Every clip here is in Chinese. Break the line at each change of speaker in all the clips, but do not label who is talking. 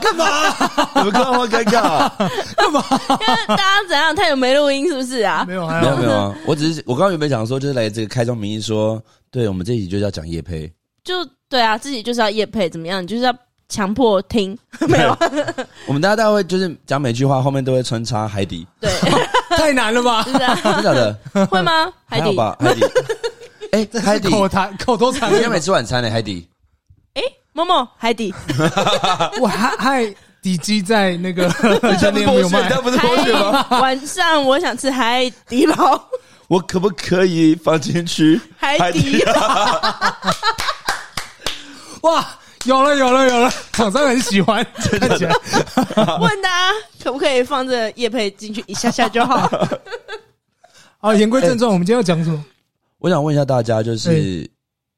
干嘛？你们干嘛尴尬？
大家怎样？太久没录音是不是啊？
没有，还
没有
有
没有啊，我只是我刚刚原本想说，就是来这个开宗明义说，对我们这一集就是要讲叶佩，
就对啊，自己就是要夜配怎么样？你就是要强迫听，没有？
我们大家大概会就是讲每句话后面都会穿插海底，
对，
太难了吧？
是啊，
真的假 的？
会吗？海
还好
底，
吧，海底。哎，海底，
口
你
谈口头禅，
今 天没吃晚餐呢，海底。
哎，某某海底，
我还还底基在那 个全联没有卖，
不是
海底？晚上我想吃海底捞，
我可不可以放进 去？
海底捞，
哇，有了有了有了，厂商很喜 欢，看起来
问大家可不可以放这夜配进去一下下就好？
啊。言归正传，我们今天要讲什么？
我想问一下大家，就是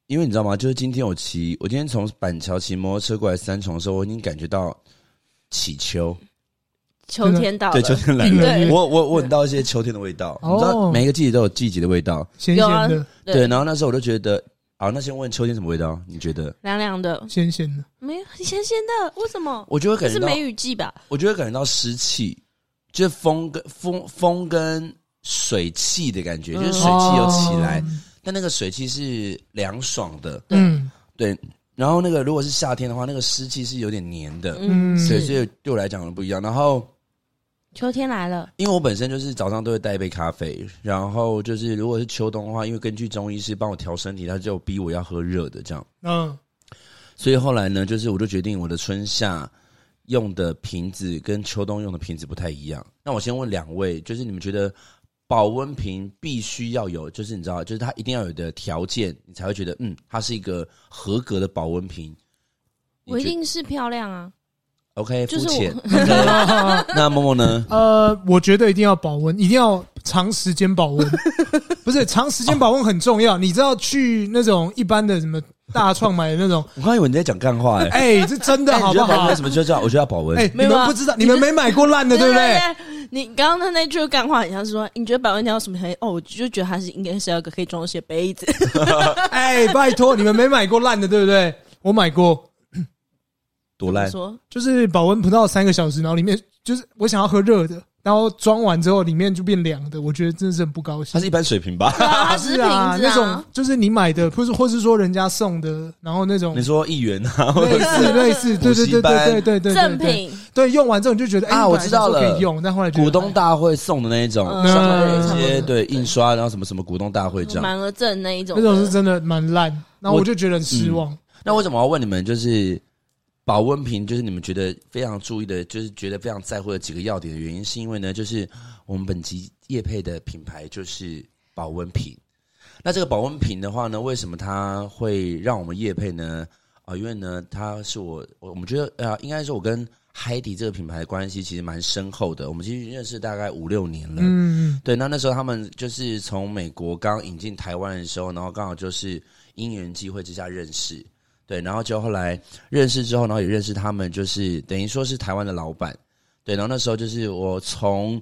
因为你知道吗？就是今天我骑，我今天从板桥骑摩托车过来三重的时候，我已经感觉到起秋，
秋天到
对，秋
了，
天来
病
了。
对
人因为
我我闻到一些秋天的味道，
哦
你知道每一个季节都有季节的味道。
咸
有啊
咸的，
对，，然后那时候我就觉得，啊，那先问秋天什么味道？你觉得？
凉凉的，
咸咸的，
没有咸咸的，为什么？
我就会
这
感
是
觉到，
梅雨季吧？
我就会感觉到湿气，就是风跟风风跟水汽的感觉，
嗯
就是水汽有起来，
哦
但那个水汽是凉爽的，
嗯，
对。然后那个如果是夏天的话，那个湿气是有点黏的，
嗯，
嗯
对，所
是
以对我来讲不一样。然后
秋天来了，
因为我本身就是早上都会带一杯咖啡，然后就是如果是秋冬的话，因为根据中医师帮我调身体，他就逼我要喝热的这样，
嗯，
所以后来呢，就是我就决定我的春夏用的瓶子跟秋冬用的瓶子不太一样。那我先问两位，就是你们觉得保温瓶必须要有，就是你知道，就是它一定要有的条件，你才会觉得嗯，它是一个合格的保温瓶。你
我一
觉
定是漂亮啊！
OK，
就
肤
是我
浅。那 那默默呢？
呃，我觉得一定要保温，一定要长时间保 温，不是长时间保温很重要。你知道去那种一般的什么大创买的那 种，
我刚以为你在讲干 话哎、欸。
哎，这真的
哎
好
你觉得保
不
温
好
为？什么就叫我觉得要保温？
哎，
没
你
有啊
们不知道，你们没买过烂的，对不对？
对？你刚刚的那句干话很像是说，你觉得百万条什么很哦，我就觉得它是应该是要个可以装一些杯子，
哎，拜托，你们没买过烂的，对不对？我买过，
多 烂！
说
就是保温不到三个小时，然后里面就是我想要喝热的，然后装完之后里面就变凉的，我觉得真的是很不高
它
兴
是。一般水平吧？
对啊它只
是
瓶子
啊，那种
啊，
就是你买的，或是或是说人家送的，然后那种
你说议员啊，或者
类似类似，对对对对对对对，
赠。品，
对，用完之后你就觉得
啊
哎，
我知道了
本来想说可以用，但后来觉得
股东
哎
大会送的那一种，
嗯
上面有一些
嗯
对印刷，然后什么什么股东大会这样。
满额赠那一种
那
的，
种是真的蛮烂，然后
我嗯
我就觉得很失望。
那为什么我要问你们？就是保温瓶，就是你们觉得非常注意的，就是觉得非常在乎的几个要点的原因，是因为呢，就是我们本集业配的品牌就是保温瓶。那这个保温瓶的话呢，为什么它会让我们业配呢？啊、因为呢，它是我我我们觉得呃，应该是我跟海底这个品牌的关系其实蛮深厚的，我们其实认识大概五六年了。
嗯，
对，那那时候他们就是从美国刚引进台湾的时候，然后刚好就是因缘际会之下认识，对，然后就后来认识之后，然后也认识他们，就是等于说是台湾的老板，对，然后那时候就是我从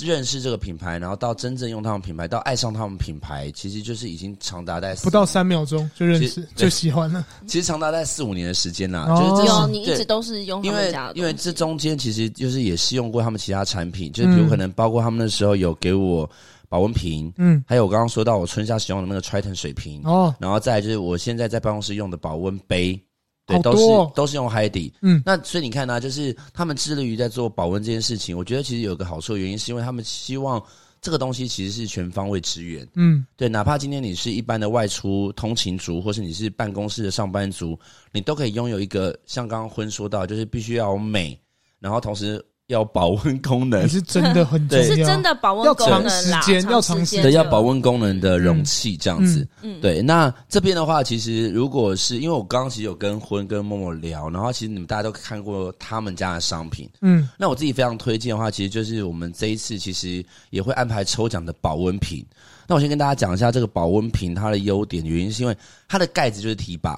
认识这个品牌，然后到真正用他们品牌，到爱上他们品牌，其实就是已经长达在四
不到，三秒钟就认
其
识
实
就喜欢了。
其实长达在四五年的时间啦，
哦
就是这
有
是
你一直
对
都是用哦他
因
们
为
家的东西，啊
因为这中间其实就是也试用过他们其他产品，就是
嗯
比如可能包括他们那时候有给我保温瓶，
嗯，
还有我刚刚说到我春夏使用的那个 Triton 水瓶，
哦，
然后再来就是我现在在办公室用的保温杯，对，
好
都
多哦
是都是用海底。
嗯
那所以你看呢、就是他们致力于在做保温这件事情，我觉得其实有个好处的原因是因为他们希望这个东西其实是全方位支援。
嗯，
对，哪怕今天你是一般的外出通勤族，或是你是办公室的上班族，你都可以拥有一个像刚刚婚说到，就是必须要有美，然后同时要保温功能
你，是真的很重
对
要，
是真的保温功能啦
要长时，间要长时间
对，
这
要保温功能的
嗯
容器这样子。
嗯嗯
对，那这边的话，其实如果是因为我刚刚其实有跟婚跟默默聊，然后其实你们大家都看过他们家的商品。
嗯，
那我自己非常推荐的话，其实就是我们这一次其实也会安排抽奖的保温瓶。那我先跟大家讲一下这个保温瓶它的优点，原因是因为它的盖子就是提把，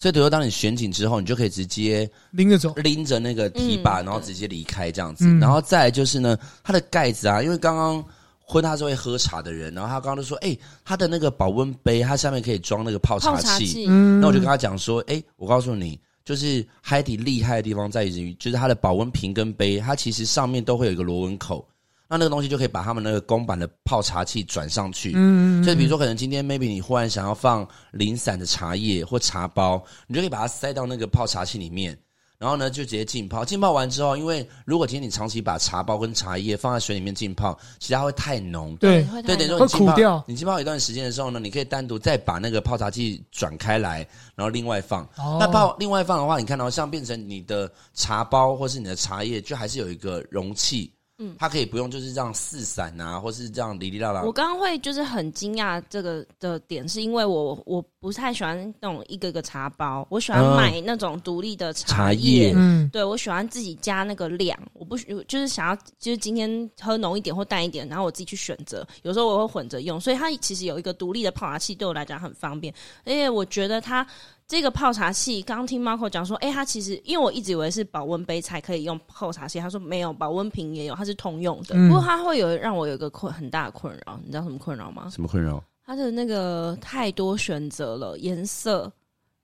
所以等于说当你选紧之后，你就可以直接
拎着走，
拎着那个提把，然后直接离开这样子。
嗯
然后再来就是呢，它的盖子啊，因为刚刚婚他是会喝茶的人，然后他刚刚就说，哎、他的那个保温杯，它下面可以装那个泡
泡
茶
茶
器。
器，
嗯，
那我就跟他讲说，哎、我告诉你。就是海底厉害的地方在于，就是它的保温瓶跟杯，它其实上面都会有一个螺纹口，那那个东西就可以把他们那个公版的泡茶器转上去。
嗯，嗯，
所以，比如说，可能今天 maybe 你忽然想要放零散的茶叶或茶包，你就可以把它塞到那个泡茶器里面，然后呢就直接浸泡。浸泡完之后，因为如果今天你长期把茶包跟茶叶放在水里面浸泡，其实它会太浓。
对，
会太
对，等于
浓
说你
会
浸
苦
泡
掉，
你浸泡一段时间的时候呢，你可以单独再把那个泡茶器转开来，然后另外放。
哦
那泡另外放的话，你看到、像变成你的茶包或是你的茶叶，就还是有一个容器，嗯，它可以不用就是这样四散啊，或是这样哩哩啦啦。
我刚刚会就是很惊讶这个的点，是因为我我不太喜欢那种一个个茶包，我喜欢
嗯
买那种独立的
茶
啊茶
叶
叶。
嗯，
对，我喜欢自己加那个量，我不喜就是想要就是今天喝浓一点或淡一点，然后我自己去选择。有时候我会混着用，所以它其实有一个独立的泡茶器，对我来讲很方便。而且我觉得它这个泡茶器，刚刚听 Marco 讲说，哎、它其实因为我一直以为是保温杯才可以用泡茶器，他说没有，保温瓶也有，它是通用的。
嗯
不过它会有让我有一个困很大的困扰，你知道什么困扰吗？
什么困扰？
它的那个太多选择了，颜色。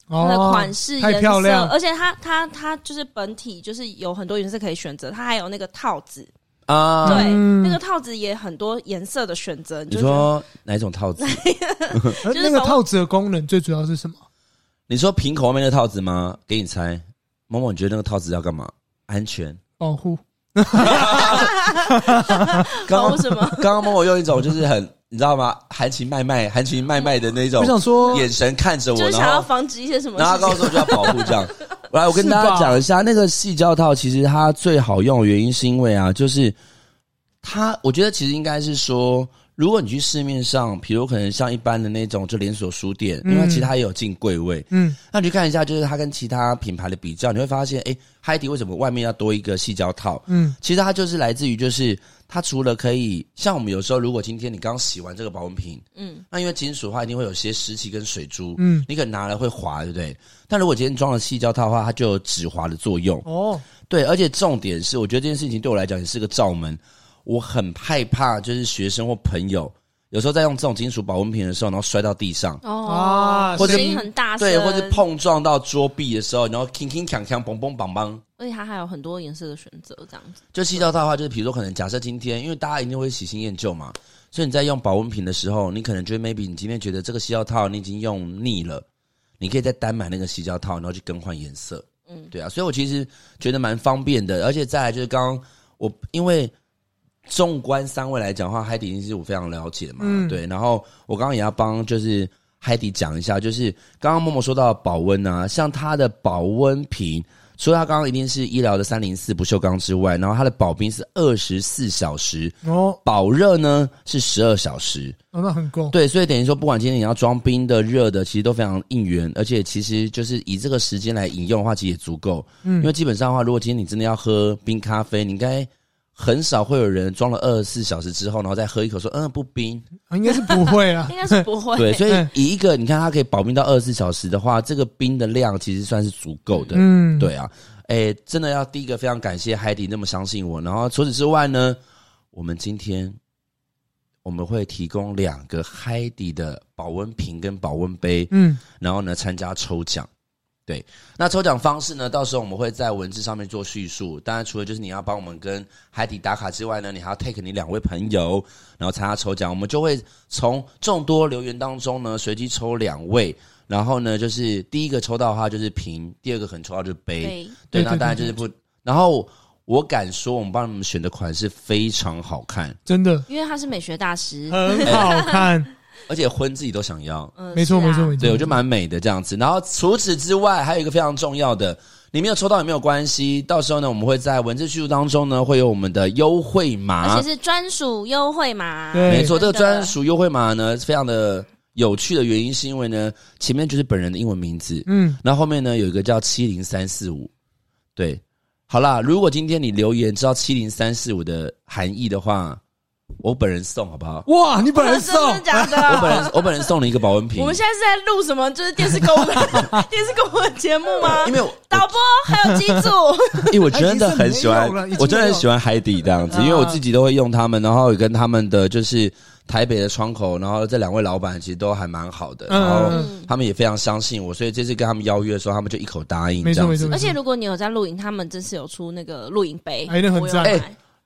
它的
哦，
款式、颜
太
色，
漂亮
而且它它它就是本体就是有很多颜色可以选择，它还有那个套子，
啊，
对，
嗯
那个套子也很多颜色的选择，你
你
就觉得
说哪一种套子？
而
就是
那个
保温
套子的功能最主要是什么？
你说瓶口外面那套子吗？给你猜，某某，你觉得那个套子要干嘛？安全。
保护，
刚
搞
刚
什么
刚刚某某用一种就是很，你知道吗？含情脉脉，含情脉脉的那种
我想说，
眼神看着
就
我，
是想要
然后
防止一些什么
然后他
事情。
告诉我就要保护 这样。来，我跟大家
是吧
讲一下，那个细胶套其实它最好用的原因是因为啊，就是它，我觉得其实应该是说，如果你去市面上，比如可能像一般的那种就连锁书店，因为
嗯
其实它也有进柜位，
嗯，
那你去看一下，就是它跟其他品牌的比较，你会发现，哎、海底为什么外面要多一个细胶套？
嗯，
其实它就是来自于，就是它除了可以像我们有时候，如果今天你刚洗完这个保温瓶，
嗯，
那因为金属的话一定会有些湿气跟水珠，
嗯
你可能拿了会滑，对不对？但如果今天装了细胶套的话，它就有止滑的作用。
哦，
对，而且重点是，我觉得这件事情对我来讲也是个罩门。我很害怕，就是学生或朋友有时候在用这种金属保温瓶的时候，然后摔到地上，
哦
啊，
或者
声音很大声，
对，或是，碰撞到桌壁的时候，然后铿铿锵锵、嘣嘣梆梆。
而且它还有很多颜色的选择，这样子。
就细到它的话，就是比如说，可能假设今天，因为大家一定会喜新厌旧嘛，所以你在用保温瓶的时候，你可能就会 maybe 你今天觉得这个细胶套你已经用腻了，你可以再单买那个细胶套，然后去更换颜色。
嗯
对啊，所以我其实觉得蛮方便的，而且再来就是刚刚我因为纵观三位来讲的话，海底一定是我非常了解嘛，
嗯
对。然后我刚刚也要帮就是海底讲一下，就是刚刚默默说到的保温啊，像它的保温瓶，除了它刚刚一定是医疗的三零四不锈钢之外，然后它的保冰是二十四小时，
哦，
保热呢是十二小时。
哦那很够，
对，所以等于说，不管今天你要装冰的、热的，其实都非常应援，而且其实就是以这个时间来饮用的话，其实也足够。嗯，因为基本上的话，如果今天你真的要喝冰咖啡，你应该很少会有人装了二十四小时之后，然后再喝一口说嗯不冰。
啊应该是不会啦
应，该是不会。
对，所以
嗯
以一个你看它可以保冰到二十四小时的话，这个冰的量其实算是足够的。
嗯，
对啊，哎，真的要第一个非常感谢海底那么相信我。然后除此之外呢，我们今天我们会提供两个海底的保温瓶跟保温杯，
嗯，
然后呢参加抽奖。对，那抽奖方式呢？到时候我们会在文字上面做叙述。当然，除了就是你要帮我们跟海底打卡之外呢，你还要 take 你两位朋友，然后参加抽奖。我们就会从众多留言当中呢，随机抽两位。然后呢，就是第一个抽到的话就是瓶，第二个可能抽到就是杯。
对，
对，
对
那
对
当然
对
就是不。然后我敢说，我们帮你们选的款式非常好看，
真的
因为他是美学大师，
很好 看，
而且婚自己都想要。
嗯
没错，没错，
错。
没错，
对，我觉得蛮美的这样子。然后除此之外，还有一个非常重要的，你没有抽到也没有关系，到时候呢，我们会在文字叙述当中呢，会有我们的优惠码
而且，是专属优惠码。
对
啊没错，这
真
个
的
专属优惠码呢，非常的有趣的原因是因为呢，前面就是本人的英文名字，
嗯，
然后后面呢有一个叫七零三四五，对，好啦，如果今天你留言知道七零三四五的含义的话，我本人送好 不好？
哇，你本人送，
真的假
我本
的？
人我本人送你一个保温瓶
我，们现在是在录什么？就是电视购物的 电视购物的节目吗？
因为我
导播还有机 组，
因为我真的很喜欢
哎已经是没有了已经没有了，啊
我真的很喜欢海底这样子，因为我自己都会用他们，然后也跟他们的就是台北的窗口，然后这两位老板其实都还蛮好的，
嗯
然后
嗯
他们也非常相信我，所以这次跟他们邀约的时候，他们就一口答应
没
这
错
样
没错
子。
而且如果你有在录影，他们这次有出那个录影杯，
哎那很
我有
赞
买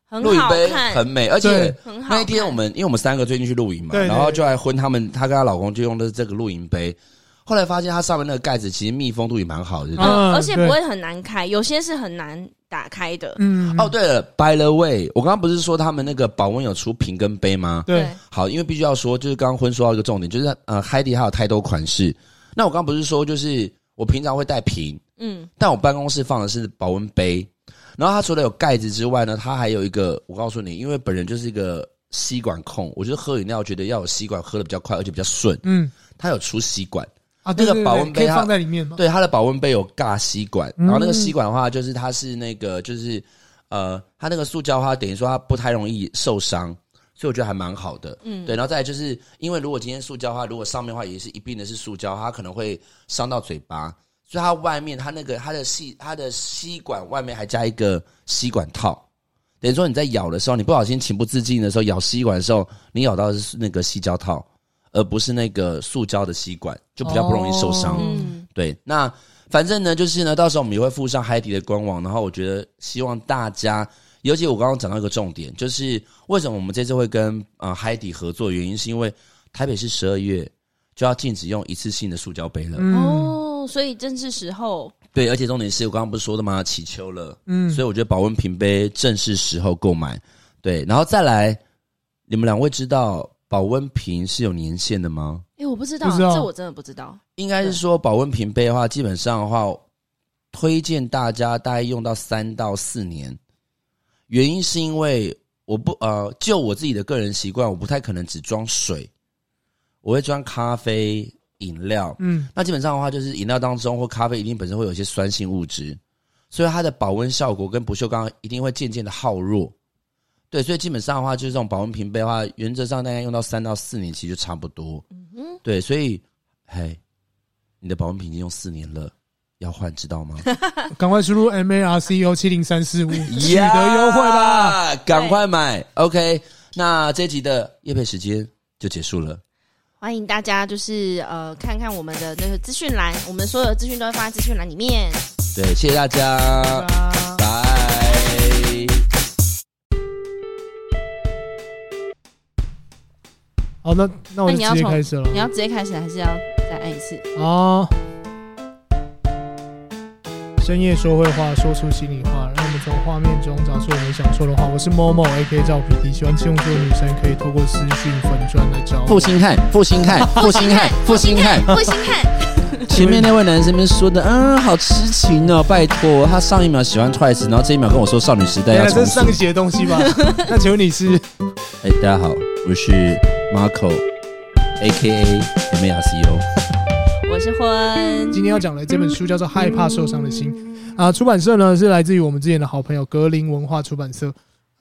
哎录
很
影
好
杯
看，
很美，而且
对
很好看。
那一天我们因为我们三个最近去露营嘛，
对对
然后就来婚他们，她跟她老公就用的是这个露营杯，后来发现它上面那个盖子其实密封度也蛮好的。对不对
嗯
而且不会很难开，有些是很难打开的。
嗯，
哦，，对了，By the way，我刚刚不是说他们那个保温有出瓶跟杯吗？
对，
好，因为必须要说，就是刚刚婚说到一个重点，就是呃，海底还有太多款式。那我刚刚不是说，就是我平常会带瓶，
嗯，
但我办公室放的是保温杯。然后它除了有盖子之外呢，它还有一个，我告诉你，因为本人就是一个吸管控，我就是喝饮料觉得要有吸管喝的比较快，而且比较顺。
嗯，
它有出吸管，
啊，
那个
对对对
保温杯
可以
它
放在里面嘛？
对，它的保温杯有尬吸管，
嗯
然后那个吸管的话，就是它是那个就是呃，它那个塑胶的话，等于说它不太容易受伤，所以我觉得还蛮好的。嗯，对，然后再来就是因为如果今天塑胶的话，如果上面的话也是一并的是塑胶，它可能会伤到嘴巴，所以它外面它那个它的吸它的吸管外面还加一个吸管套。等于说你在咬的时候，你不小心情不自禁的时候咬吸管的时候，你咬到的是那个吸胶套，而不是那个塑胶的吸管，就比较不容易受伤。
哦
嗯，
对，那反正呢，就是呢，到时候我们也会附上海底的官网，然后我觉得希望大家，尤其我刚刚讲到一个重点，就是为什么我们这次会跟呃海底合作，原因是因为台北市十二月就要禁止用一次性的塑胶杯了，
嗯
哦，所以正是时候。
对，而且重点是我刚刚不是说的吗？起秋了，
嗯，
所以我觉得保温瓶杯正是时候购买，对，然后再来，你们两位知道保温瓶是有年限的吗？
哎、我不知道，
不知道
这我真的不知道。
应该是说保温瓶杯的话，基本上的话，推荐大家大概用到三到四年。原因是因为我不呃，就我自己的个人习惯，我不太可能只装水，我会装咖啡、饮料。
嗯
那基本上的话，就是饮料当中或咖啡一定本身会有一些酸性物质，所以它的保温效果跟不锈钢一定会渐渐的耗弱。对，所以基本上的话，就是这种保温瓶杯的话，原则上大概用到三到四年，其实就差不多。
嗯，
对，所以，嘿，你的保温瓶已经用四年了，要换知道 吗？
赶快输入 M A R C O 七零三四五取得优惠吧。
Yeah，赶快买。OK，那这集的夜配时间就结束了。
欢迎大家就是呃看看我们的那个资讯栏，我们所有的资讯都会放在资讯栏里面。
对，谢谢大家，
拜
拜。
好，那那我
那
就
你要
直接
从
开始了
你。要直接开始，还是要再按一次？
哦，深夜说会话，说出心里话，让我们从画面中找出我们想说的话。我是某某 A K 赵 P D，喜欢吃用做的女生可以透过私讯粉砖来找
负
我。
心汉，负心 汉，负心汉，负心 汉。
不行看，
前面那位男生们说的，嗯，好痴情哦，拜托，他上一秒喜欢 Twice，然后这一秒跟我说少女时代
对
要
啊，
重
这是
组
上。学的东西吧？那请问你是
哎，大家好，我是 Marco，A K A M A R C E O。
我是婚。
今天要讲的这本书叫做《害怕受伤的心》啊，出版社呢是来自于我们之前的好朋友格林文化出版社，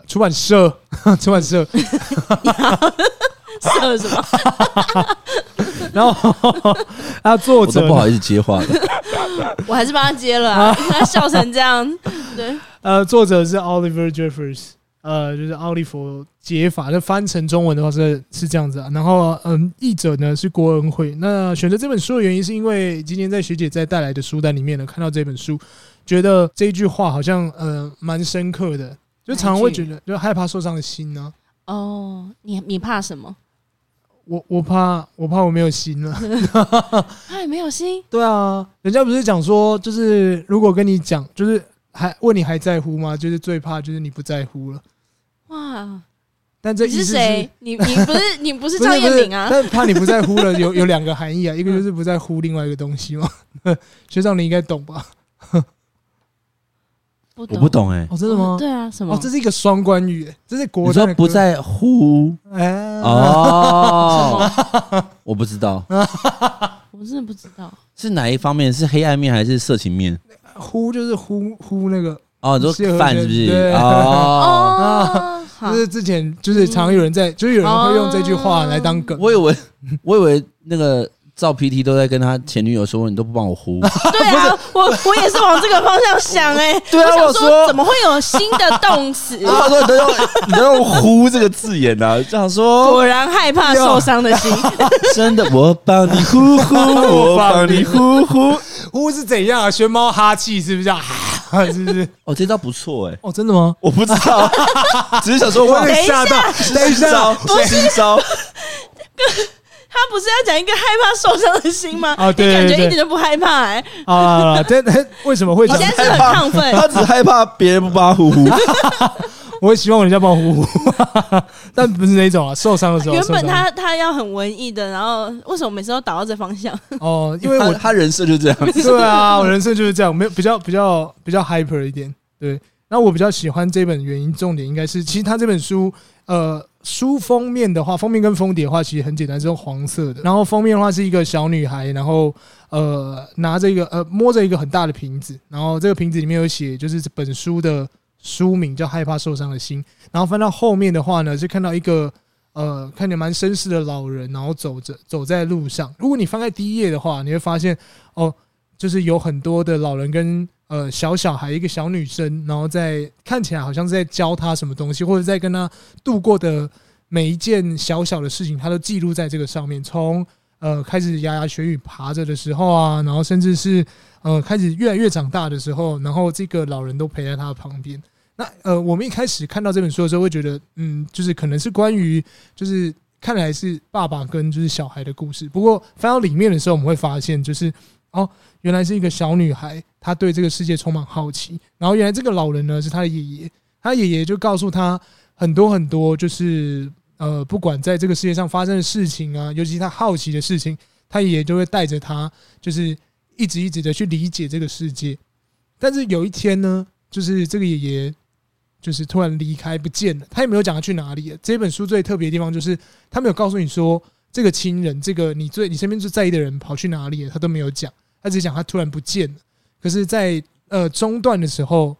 出版社， 出版社。
射 什么？
然后 啊，作
我都
者
不好意思接话了。
我还是帮他接了、啊，他笑成这样。对，
呃，作者是 Oliver Jeffers，呃，就是奥利弗解法，就翻成中文的话是是这样子啊。然后，嗯，译者呢是郭恩惠。那选择这本书的原因，是因为今天在学姐在带来的书单里面呢，看到这本书，觉得这一句话好像呃蛮深刻的，就常常会觉得就害怕受伤的心呢、
哦，你你怕什么？
我我怕我怕我没有 心了。
他哎也没有心。
对啊，人家不是讲说，就是如果跟你讲，就是还问你还在乎吗？就是最怕就是你不在乎了。
哇，
但这
你
意思
是
是
谁？你你不是你不是
不
赵
是不
彦
是，
明啊？
但怕你不在乎了，有有两 个含义啊，一个就是不在乎另外一个东西嘛。学长，你应该懂吧？
不
我不懂哎、
哦，真的吗？
对啊，什么？
哦，这是一个双关语，这是国
你
战
说
的
不
歌
在乎
哎
嗯 哦，我不知道
我真的不知道。
是哪一方面，是黑暗面还是色情面？
呼就是呼呼那个，
哦，你
是有
说饭
点
是不是？
对
哦，
哦，好
啊就，是之前就是常有人在，就是有人会用这句话来当梗。
我以为我以为那个赵 PT 都在跟他前女友说，你都不帮我 呼。
对啊，我我也是往这个方向想 哎。
对啊
我想
我说
说怎么会有新的动词？
啊
他说你都用你都用“呼”这个字眼啊，这样说
果然害怕受伤的心，
真的，我帮你呼呼， 我帮你呼呼。
呼是怎样啊？学猫哈气是不是啊？ 是不是？
哦，这招不错哎、
哦，真的吗？
我不知道， 只是想说
我
我
有
也
点吓到，等
新
一下
招，新招。
他不是要讲一个害怕受伤的心吗？
哦对
你感
对
觉
对
一点都不害怕哎，
啊，这这为什么会
你
讲
现？在是很亢
他
奋，
只害怕别人不帮他呼 呼。
我也希望人家帮我呼呼， 但不是那种啊，受伤的时候。
原本
受伤
他他要很文艺的，然后为什么每次都导到这方向？
哦，因为我
他他人设就这样，
对啊，我人生就是这样，没有比较比较比较 hyper 一点。对，那我比较喜欢这本原因，重点应该是，其实他这本书，呃，书封面的话，封面跟封底的话，其实很简单，是用黄色的。然后封面的话是一个小女孩，然后呃拿着一个呃摸着一个很大的瓶子，然后这个瓶子里面有写，就是这本书的书名叫《害怕受伤的心》。然后翻到后面的话呢，是看到一个呃看起来蛮绅士的老人，然后走着走在路上。如果你翻开第一页的话，你会发现哦，就是有很多的老人跟呃小小孩，一个小女生，然后在看起来好像是在教他什么东西，或者在跟他度过的每一件小小的事情，他都记录在这个上面。从呃开始牙牙学语爬着的时候啊，然后甚至是呃开始越来越长大的时候，然后这个老人都陪在他的旁边。那呃，我们一开始看到这本书的时候，会觉得，嗯，就是可能是关于，就是看来是爸爸跟就是小孩的故事。不过翻到里面的时候，我们会发现，就是哦，原来是一个小女孩，她对这个世界充满好奇。然后原来这个老人呢是她的爷爷，她爷爷就告诉她很多很多，就是呃，不管在这个世界上发生的事情啊，尤其她好奇的事情，她爷爷就会带着她，就是一直一直的去理解这个世界。但是有一天呢，就是这个爷爷就是突然离开不见了，他也没有讲他去哪里了。这本书最特别的地方就是他没有告诉你说这个亲人，这个你最你身边最在意的人跑去哪里了，他都没有讲，他只讲他突然不见了。可是在，呃中段的时候，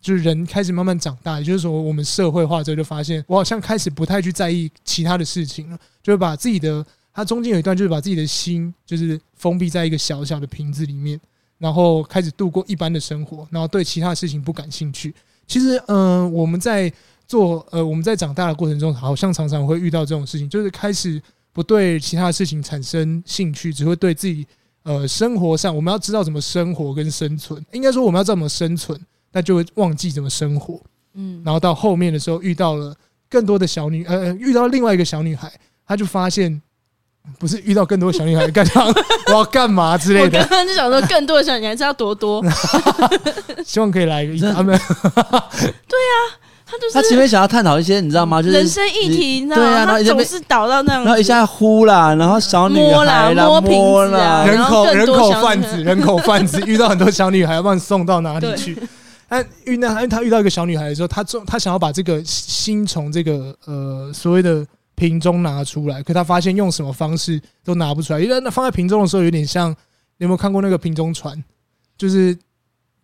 就是人开始慢慢长大，也就是说我们社会化之后就发现，我好像开始不太去在意其他的事情了，就是把自己的他中间有一段就是把自己的心就是封闭在一个小小的瓶子里面。然后开始度过一般的生活，然后对其他的事情不感兴趣。其实，嗯、我们在做呃，我们在长大的过程中，好像常常会遇到这种事情，就是开始不对其他的事情产生兴趣，只会对自己呃生活上，我们要知道怎么生活跟生存，应该说我们要知道怎么生存，那就会忘记怎么生活。
嗯，
然后到后面的时候遇到了更多的小女，呃，遇到另外一个小女孩，她就发现不是遇到更多小女孩，干嘛？我要干嘛之类
我
的
刚。刚就想说，更多的小女孩是要多多，
希望可以来一个
真的
他们
他就
他前
是
面想要探讨一些，你知道吗？就是
人生议题，你知道
对啊
吗？
然后
他
一直被
总是导到那样子，
然后一下呼啦，然后小女
摸啦
孩啦，
摸瓶子啊
摸啦，
人
然后
口
更
人
多
口
小
贩
女
子，
孩
人口贩子遇到很多小女孩，要不然送到哪里
对
去？但遇到他，他遇到一个小女孩的时候，他中他想要把这个心从这个呃所谓的瓶中拿出来，可他发现用什么方式都拿不出来，因为那放在瓶中的时候有点像，你有没有看过那个瓶中船？就是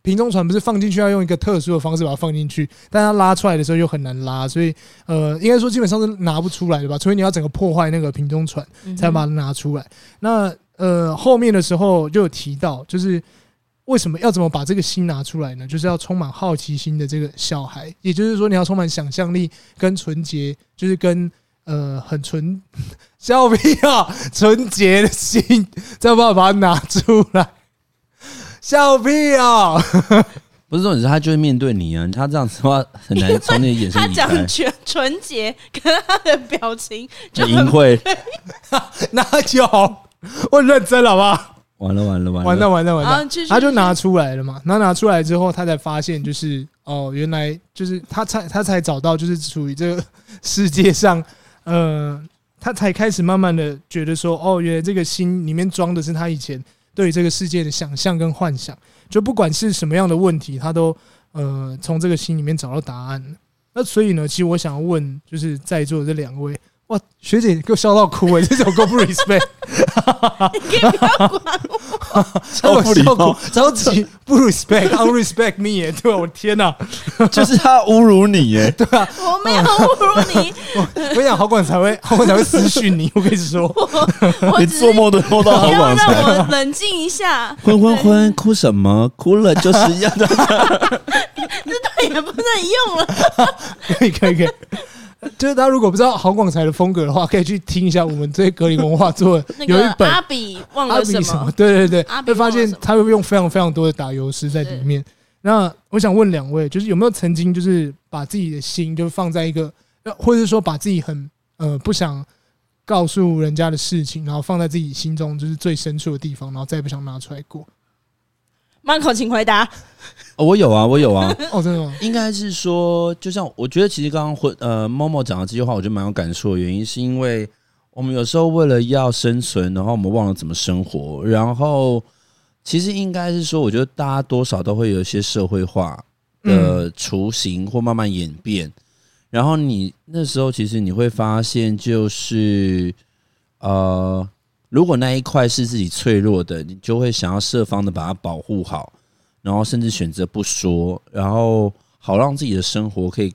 瓶中船不是放进去要用一个特殊的方式把它放进去，但它拉出来的时候又很难拉，所以呃应该说基本上是拿不出来的吧，除非你要整个破坏那个瓶中船。
嗯哼
才把它拿出来。那呃，后面的时候就有提到，就是为什么要怎么把这个心拿出来呢？就是要充满好奇心的这个小孩，也就是说你要充满想象力跟纯洁，就是跟呃很纯笑屁啊，纯洁的心，才有办法把它拿出来。笑屁啊！
不是重点是他就会面对你啊，他这样子的话很难从你的哎眼
他
神移开，
讲全纯洁，跟他的表情就很
很淫秽，
哪有？我认真了好不好？
完了完了完了，
完蛋完蛋完
啊
蛋！
继续
他就拿出来了嘛，那拿出来之后，他才发现就是哦，原来就是他才他才找到就是处于这个世界上， 呃，他才开始慢慢的觉得说，哦，原来这个心里面装的是他以前对于这个世界的想象跟幻想，就不管是什么样的问题，他都呃从这个心里面找到答案。那所以呢，其实我想问，就是在座的这两位，哇，学姐给我笑到哭哎、这首歌不 respect，
超不礼
笑哭
貌，
超级不 respect，unrespect me 耶、对吧？我的天哪、
就是他侮辱 你耶！
我没有侮辱你，
我想好管才会，好管才会私讯你。我跟你说，
我
你
只是
做梦都梦到好
你要
晚
让
才。
我冷静一下，
昏昏昏，哭什么？哭了就是要的。
对，也不能用了。
可以可以可以。就是大家如果不知道郝广才的风格的话，可以去听一下我们对格林文化做的
那
有一
个
本
阿比忘
阿
了
比
什
什么
么？？
对对对
阿，比
会发
忘了
现
什么
他会用非常非常多的打油诗在里面。那我想问两位，就是有没有曾经就是把自己的心就放在一个，呃或者是说把自己很呃不想告诉人家的事情，然后放在自己心中就是最深处的地方，然后再也不想拿出来过？
曼口，请回答。
哦我有啊，我有啊。
嗯
哦，真的吗？
应该是说，就像我觉得，其实刚刚回呃默默讲的这句话，我觉得蛮有感触的原因，是因为我们有时候为了要生存，然后我们忘了怎么生活，然后其实应该是说，我觉得大家多少都会有一些社会化的雏形或慢慢演变，然后你那时候其实你会发现，就是呃，如果那一块是自己脆弱的，你就会想要设方的把它保护好。然后甚至选择不说，然后好让自己的生活可以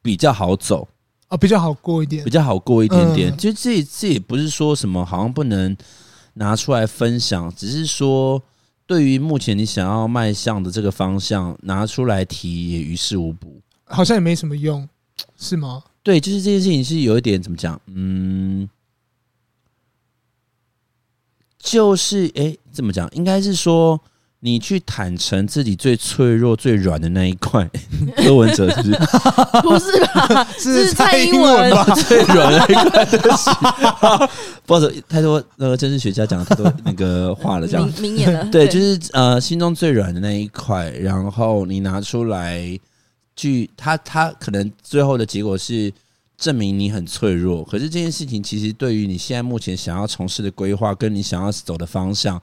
比较好走，
啊，比较好过一点
比。较好过一点点。
嗯
就这这也不是说什么好像不能拿出来分享，只是说对于目前你想要迈向的这个方向，拿出来提也于事无补。
好像也没什么用，是吗？
对，就是这件事情是有一点怎么讲，嗯，就是诶，怎么讲？应该是说你去坦诚自己最脆弱、最软的那一块。 柯文哲是不是
不是吧？
是
是
蔡
蔡
英
英
文
文
吧
最软的那一块？对不起，不好意思，太多那个政治学家讲了太多那个话了，这样
明明眼了，
对，就是呃，心中最软的那一块，然后你拿出来去，他他可能最后的结果是证明你很脆弱。可是这件事情其实对于你现在目前想要从事的规划，跟你想要走的方向，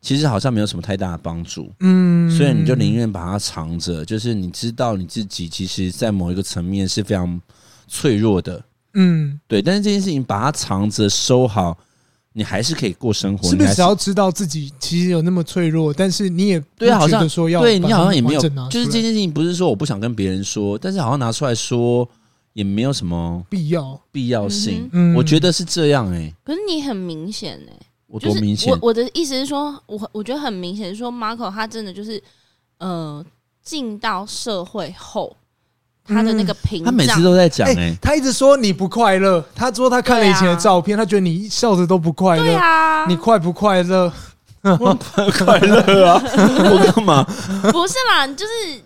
其实好像没有什么太大的帮助。
嗯，
所以你就宁愿把它藏着，就是你知道你自己其实，在某一个层面是非常脆弱的，
嗯，
对。但是这件事情把它藏着收好，你还是可以过生活，
是
你
不
还
是只要知道自己其实有那么脆弱，但是你也不
对啊好像
觉得说要
对
把
你好像也没有
它完整啊拿，出
就是
来
这件事情不是说我不想跟别人说，但是好像拿出来说也没有什么
必要。
必要性。
嗯
我觉得是这样哎、
可是你很明显哎、
我
就
多
是
明显
我，我的意思是说，我我觉得很明显是说，Marco 他真的就是呃，进到社会后，他的那个屏
嗯他每次
障，
都在讲哎、
他一直说你不快乐，他说他看了以前的照片，他觉得你笑着都不快
对
乐，
啊，
你快不快乐？
哎
快乐 啊，我干嘛？
不是啦，就是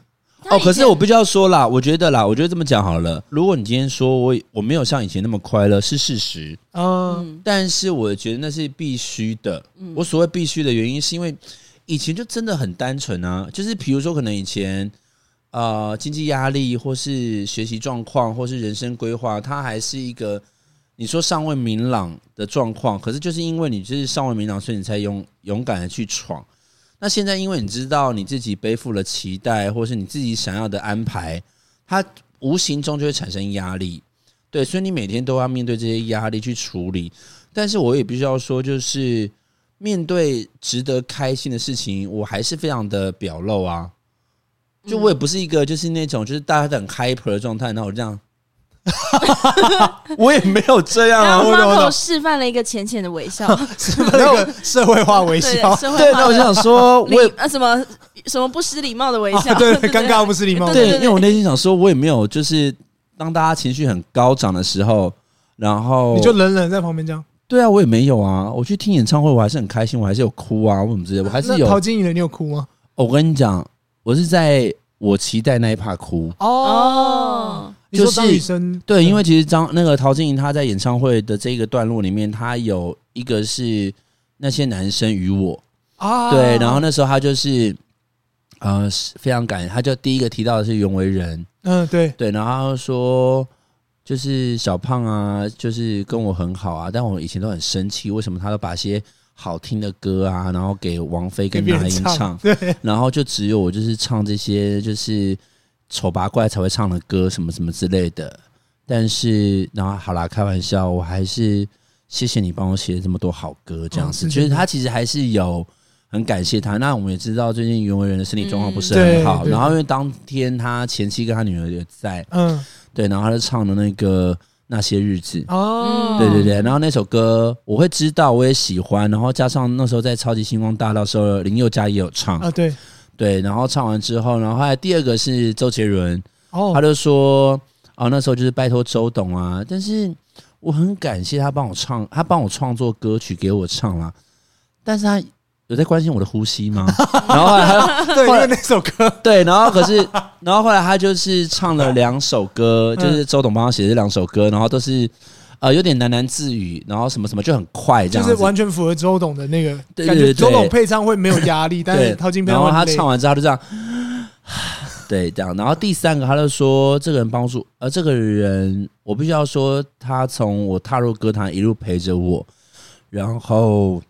他
哦，
以
可是
前
我必须要说啦，我觉得啦，我觉得这么讲好了。如果你今天说我我没有像以前那么快乐，是事实，
嗯，
嗯
但是我觉得那是必须的。
嗯
我所谓必须的原因，是因为以前就真的很单纯啊，就是比如说可能以前呃经济压力，或是学习状况，或是人生规划，它还是一个你说尚未明朗的状况。可是就是因为你就是尚未明朗，所以你才勇勇敢的去闯。那现在因为你知道你自己背负了期待，或是你自己想要的安排，它无形中就会产生压力。对，所以你每天都要面对这些压力去处理。但是我也必须要说，就是面对值得开心的事情，我还是非常的表露啊。就我也不是一个就是那种就是大家都很 hyper 的状态，然后我这样， 我也没有这样啊
让。
我懂我懂
Marco 示范了一个浅浅的微 笑，
是那个社会化微
对
笑，，
社会
啊对，
化
那我就
的
想说，我 也
礼啊什么什么不失礼貌的微笑，
啊对，
对
尴尬不是礼貌。
对，
对
因为我内心想说，我也没有就是当大家情绪很高涨的时候，然后
你就冷冷在旁边这样。
对啊，我也没有啊。我去听演唱会，我还是很开心，我还是有哭啊，或什么之类的，我还是
那
有。
陶晶莹的，你有哭吗？
我跟你讲，我是在我期待那一趴哭。
哦，
你说
就是
张雨生
对，因为其实张那个陶晶莹她在演唱会的这个段落里面，她有一个是那些男生与我，
啊，
对，然后那时候她就是呃非常感人，她就第一个提到的是袁惟仁，
嗯，对，
对，然后她说就是小胖啊，就是跟我很好啊，但我以前都很生气，为什么他都把一些好听的歌啊，然后给王菲跟
给别
那
人
英
唱
唱，
对，
然后就只有我就是唱这些就是丑八怪才会唱的歌什么什么之类的。但是，然后好啦，开玩笑，我还是谢谢你帮我写了这么多好歌，这样
嗯
子，
是
就是
真的
他其实还是有很感谢他。那我们也知道最近袁惟仁的身体状况不是
嗯对
很好，
对
然后因为当天他前妻跟他女儿也在，
嗯，
对，然后他就唱了那个那些日子，
哦，
对对对，然后那首歌我会知道，我也喜欢，然后加上那时候在超级星光大道的时候，林宥嘉也有唱，
啊，对，
对，然后唱完之后，然后后来第二个是周杰伦，他
哦，
就说啊、那时候就是拜托周董啊，但是我很感谢他帮我唱，他帮我创作歌曲给我唱啦，但是他有在关心我的呼吸 吗？然后后来他
对，因
后来
为那首歌，
对，然后可是，然后后来他就是唱了两首歌，
嗯
就是周董帮他写的这两首歌，然后都是呃有点喃喃自语，然后什么什么就很快这
就
样
是
子。
完全符合周董的那个
对对
感
对对
觉，周董配唱会没有压力，但是
对
陶晶，佩
然后
会
他
累
唱完之后他就这样， 对，这样。然后第三个他就说，这个人帮助，呃，这个人我必须要说，他从我踏入歌坛一路陪着我，然后。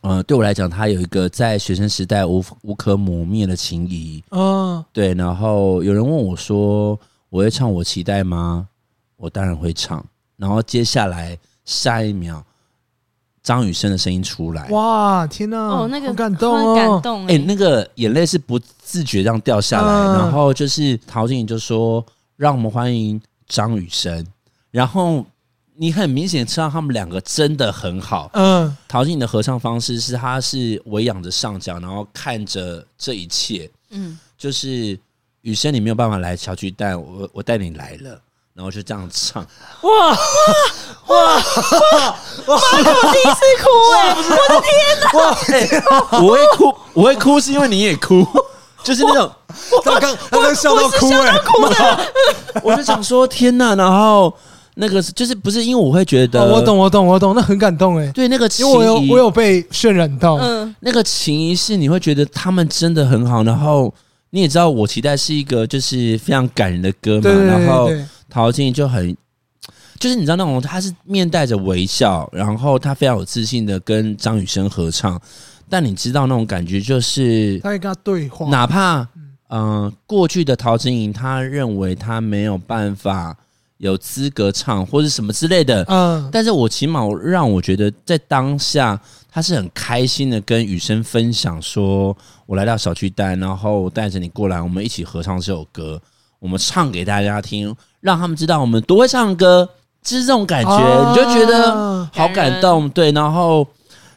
呃，对我来讲，他有一个在学生时代无无可磨灭的情谊，
嗯，
对，然后有人问我说：“我会唱《我期待》吗？”我当然会唱。然后接下来下一秒，张雨生的声音出来，
哇，天哪，
哦，那个
好感动
很感
哦，
动
哎、
哎、
那个眼泪是不自觉这样掉下来。
嗯
然后就是陶晶莹就说：“让我们欢迎张雨生。”然后你很明显知道他们两个真的很好。
嗯，
陶晶莹的合唱方式是，她是围仰着上脚，然后看着这一切，
嗯，
就是雨生你没有办法来小巨蛋，我我带你来了，然后就这样唱，
是哭
啊
哎、
我会哭，我会哭是因为你也哭， 就是那种，
他刚他刚笑到哭哎，
我就想说天呐，然后那个是就是不是因为我会觉得，
哦我，懂我懂我懂，那很感动哎，
对那个情
因为我有
谊，
我有被渲染到，
嗯，
那个情谊是你会觉得他们真的很好，然后。你也知道，我期待是一个就是非常感人的歌嘛，
对对
然
对
后
对，
陶晶莹就很，就是你知道那种，她是面带着微笑，然后她非常有自信的跟张雨生合唱，但你知道那种感觉，就是
他在跟他对话，
哪怕嗯、呃过去的陶晶莹，她认为她没有办法有资格唱或者什么之类的，
嗯，
但是我起码让我觉得在当下，她是很开心的跟雨生分享说，我来到小巨蛋，然后带着你过来，我们一起合唱这首歌，我们唱给大家听，让他们知道我们多会唱歌，就是这种感觉，
啊
你就觉得嗯好
感人
感动。对，然后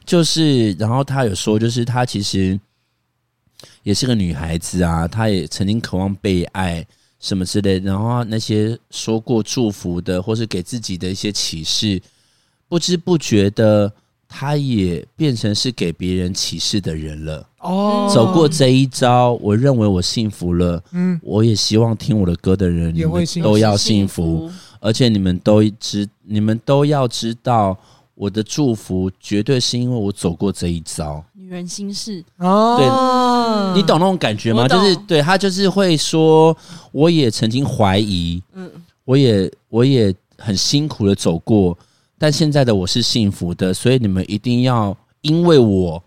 就是，然后她有说，就是她其实也是个女孩子啊，她也曾经渴望被爱。什么之类的，然后那些说过祝福的，或是给自己的一些启示，不知不觉的，他也变成是给别人启示的人了。
哦，
走过这一招，我认为我幸福了。
嗯，
我也希望听我的歌的人，你
也会
们
幸福
都要幸福，，而且你们都知，你们都要知道，我的祝福绝对是因为我走过这一招。
女人心事，
哦，
你懂那种感觉吗？
我懂
就是对他就是会说，我也曾经怀疑，
嗯，
我也我也很辛苦的走过，但现在的我是幸福的，所以你们一定要因为我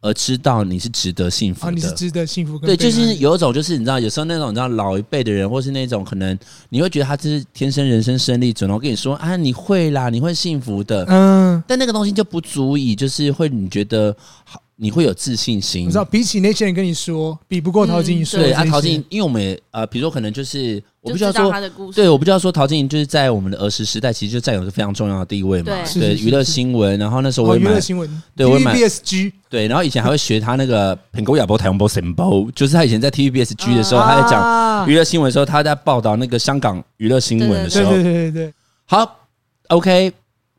而知道你是值得幸福
啊，你
的。
是值得幸福跟
对，
被
就
爱
是有一种，就是你知道，有时候那种你知道老一辈的人，或是那种可能你会觉得他就是天生人生胜利者，然后跟你说啊，你会啦，你会幸福的，
嗯，
但那个东西就不足以，就是会你觉得好，你会有自信心。
我知道，比起那些人跟你说，比不过
嗯
陶晶莹说的
对
这些
啊，陶晶莹，因为我们也呃，比如说可能就是我
就
不知道
知道
说
她，的故事，
对，我不知道说陶晶莹就是在我们的儿时时代，其实就占有一个非常重要的地位嘛
对。
是
对，
是是
娱乐
是
新闻，然后那时候我
哦，
也
娱乐
买，
新闻，E
对我也买
BSG，
对，然后以前还会学他那个苹果亚波台湾波 symbol，就是他以前在 TVBS G 的时
啊
候，他在讲
讲，
啊
娱乐新闻的时候，他在报道那个香港娱乐新闻的时
对
候
对，对对对，
好，OK，